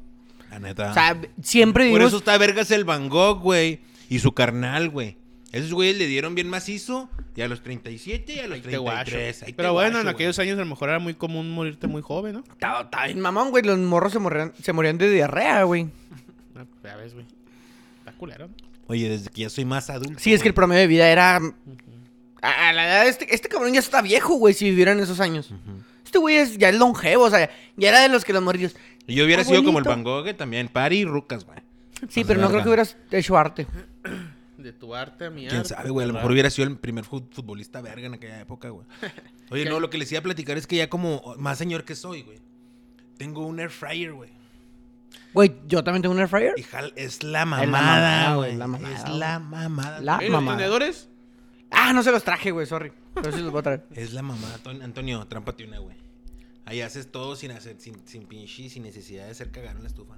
La neta.
O sea, siempre
Ah. Por
vivimos...
eso está vergas el Van Gogh, güey. Y su carnal, güey. Esos güeyes le dieron bien macizo. Y a los 37 y a los
Te guacho.
33. ahí te
Pero bueno,
guacho,
en
güey.
aquellos años a lo mejor era muy común morirte muy joven, ¿no?
Está, está bien mamón, güey. Los morros se morían, se morían de diarrea, güey.
Ah, Ya ves, güey. Está culero, ¿no?
Oye, desde que ya soy más adulto.
Sí, es que el
güey.
promedio de vida era... A a la edad de este, este cabrón ya está viejo, güey, si viviera en esos años. Este güey es, ya es longevo, o sea, ya era de los que los morrillos.
Y yo hubiera sido como el
Abuelito.
Van Gogh güey, también. Pari y Rucas, güey.
Sí,
Más
pero
verga.
no creo que hubieras hecho arte.
De tu arte a mi arte.
Quién sabe, güey. A lo mejor hubiera sido el primer fut- *laughs* futbolista verga en aquella época, güey. Oye, no, lo que les iba a platicar es que ya como más señor que soy, güey. Tengo un air fryer, güey.
Güey, yo también tengo un air fryer.
Y jal- es la
mamada,
mamada,
güey,
güey.
la mamada,
Es
güey.
la mamada.
La-
güey.
¿Eh, ¿Los
mamada.
tenedores?
Ah, no se los traje, güey, sorry. Pero sí los voy a traer.
Es la mamada. Ton- Antonio, trámpate una, güey. Ahí haces todo sin hacer, sin, sin pinche, sin necesidad de hacer cagar en la estufa.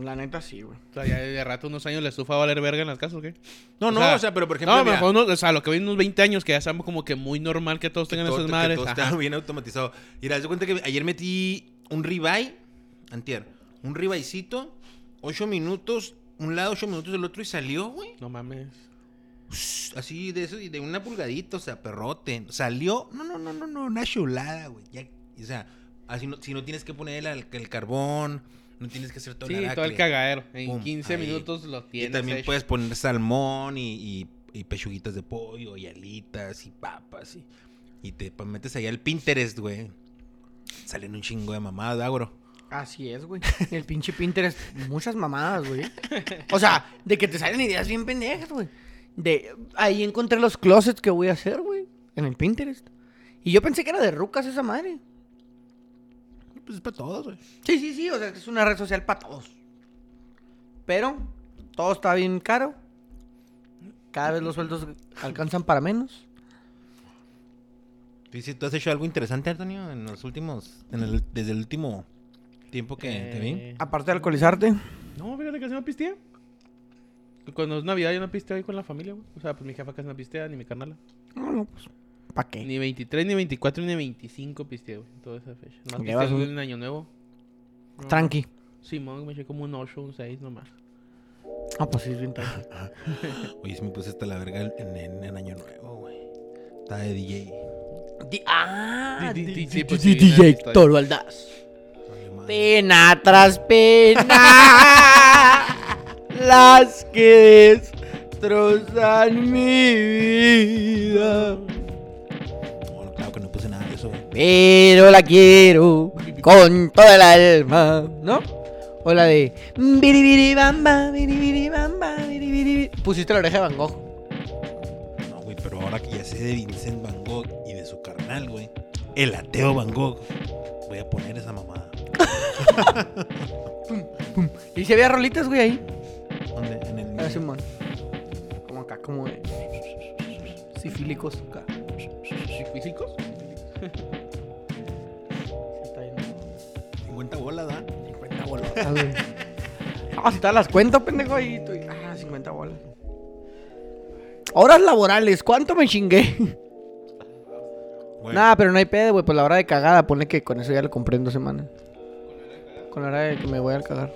La neta sí, güey.
O sea, ya de rato unos años la estufa va a valer verga en las casas, ¿o qué?
No, no, o sea, pero por
No,
ejemplo,
a lo
mira,
mejor unos- o sea, lo que ven unos 20 años que ya estamos como que muy normal que todos
que
tengan
todo-
esas
que
madres.
todo
Ajá.
está bien automatizado. Mira, haz de cuenta que ayer metí un ribeye, antier, un ribaycito, ocho minutos, un lado, ocho minutos del otro y salió, güey.
No mames.
Así de eso, y de una pulgadita, o sea, perrote. Salió. No, no, no, no, no, una chulada, güey. Ya, o sea, así no, si no tienes que poner el, al- el carbón, no tienes que hacer todo
Sí,
el
todo el
aracle.
cagadero. En
Pum,
15
ahí.
minutos lo
Y
tienes.
también
hecho.
puedes poner salmón y, y- y pechuguitas de pollo, y alitas, y papas, y, y te pa- metes allá al Pinterest, güey. Salen un chingo de mamada, güey.
Así es, güey. El pinche Pinterest, muchas mamadas, güey. O sea, de que te salen ideas bien pendejas, güey. De ahí encontré los closets que voy a hacer, güey, en el Pinterest. Y yo pensé que era de rucas esa madre.
Pues es para todos, güey.
Sí, sí, sí, o sea, es una red social para todos. Pero todo está bien caro. Cada vez los sueldos alcanzan para menos.
¿Tú, dices- tú has hecho algo interesante, Antonio, en los últimos. en el- desde el último tiempo que te vi?
Eh,
Aparte de alcoholizarte.
No, fíjate que casi no pisteé. Cuando es Navidad yo no pisteo ahí con la familia, güey. O sea, pues mi jefa casi no pistea, ni mi carnala.
No, no, pues, ¿para qué?
Ni 23, ni 24, ni 25 pisteo, güey. en Toda esa fecha. Más
Llevas
pisteo
un-
en Año Nuevo. No.
Tranqui.
Simón, me eché como un 8, un 6 nomás.
Ah, pues sí, es bien tranqui.
Oye, sí me puse hasta la verga en, en- en Año Nuevo, güey. Estaba de DJ.
Di- ah,
Di- di-
di-
di- sí,
di-
pues
di-
sí, viene la
DJ
historia.
Toro Aldaz.
Vale, madre.
Pena tras pena. las que destrozan mi vida.
No, no, claro que no puse nada de eso, güey.
Pero la quiero con toda el alma. ¿No? O la de. biribiribamba, biribiribamba, biribiri- Pusiste la oreja de Van Gogh.
No, güey, pero ahora que ya sé de Vincent Van Gogh y de su carnal, güey. El ateo Van Gogh. Voy a poner esa mamada.
Y se había rolitas, güey, ahí.
¿Dónde? En el
Ah, Simón. Como acá, como de. Sifílicos acá. *laughs*
¿Físicos?
50 bolas, ¿ah?
50 bolotas, güey. Ah, si te las cuento, pendejo, ahí tú- Ah, 50 bolas. Horas laborales, ¿cuánto me chingué?
Güey,
Nada, pero no hay pedo, güey, pues la hora de cagada, ponle que con eso ya lo compré en dos semanas. Con la hora de que me voy a cagar.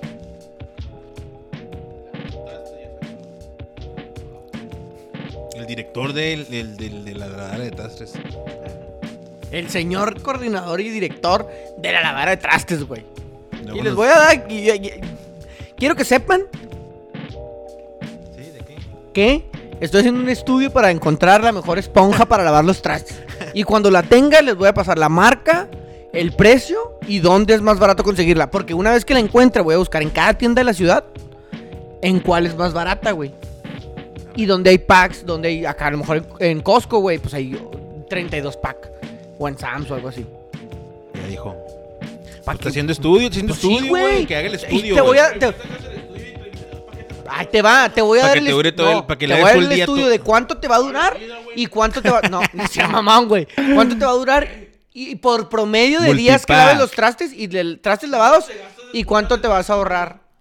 El director del, del, del- de la lavadora de Tastres.
El señor coordinador y director de la lavada de trastes, güey.
Luego
Y les
nos-
voy a dar... y- y- y- quiero que sepan
¿Sí? ¿De qué?
que estoy haciendo un estudio para encontrar la mejor esponja para lavar los trastes. Y cuando la tenga, les voy a pasar la marca, el precio y dónde es más barato conseguirla. Porque una vez que la encuentre, voy a buscar en cada tienda de la ciudad en cuál es más barata, güey. Y donde hay packs, donde hay acá, a lo mejor en, en Costco, güey, pues hay 32 pack. O en Sam's o algo así.
Ya dijo.
Pa'
Pues Está
que-
haciendo estudio, está haciendo
Pues sí,
estudio, güey.
güey.
Que haga el
Y
estudio.
Te voy
güey.
a... te- Ahí te va, te voy a
Pa'
dar
que
el,
te
est-
dure todo el- pa' que le
te voy
hagas
a dar
todo
el
el día
estudio
tú-
de cuánto te va a durar y cuánto te va no, no sea mamón, güey. ¿Cuánto te va a durar y por promedio de días que
Multipack.
laves los trastes y de trastes lavados y cuánto te vas a ahorrar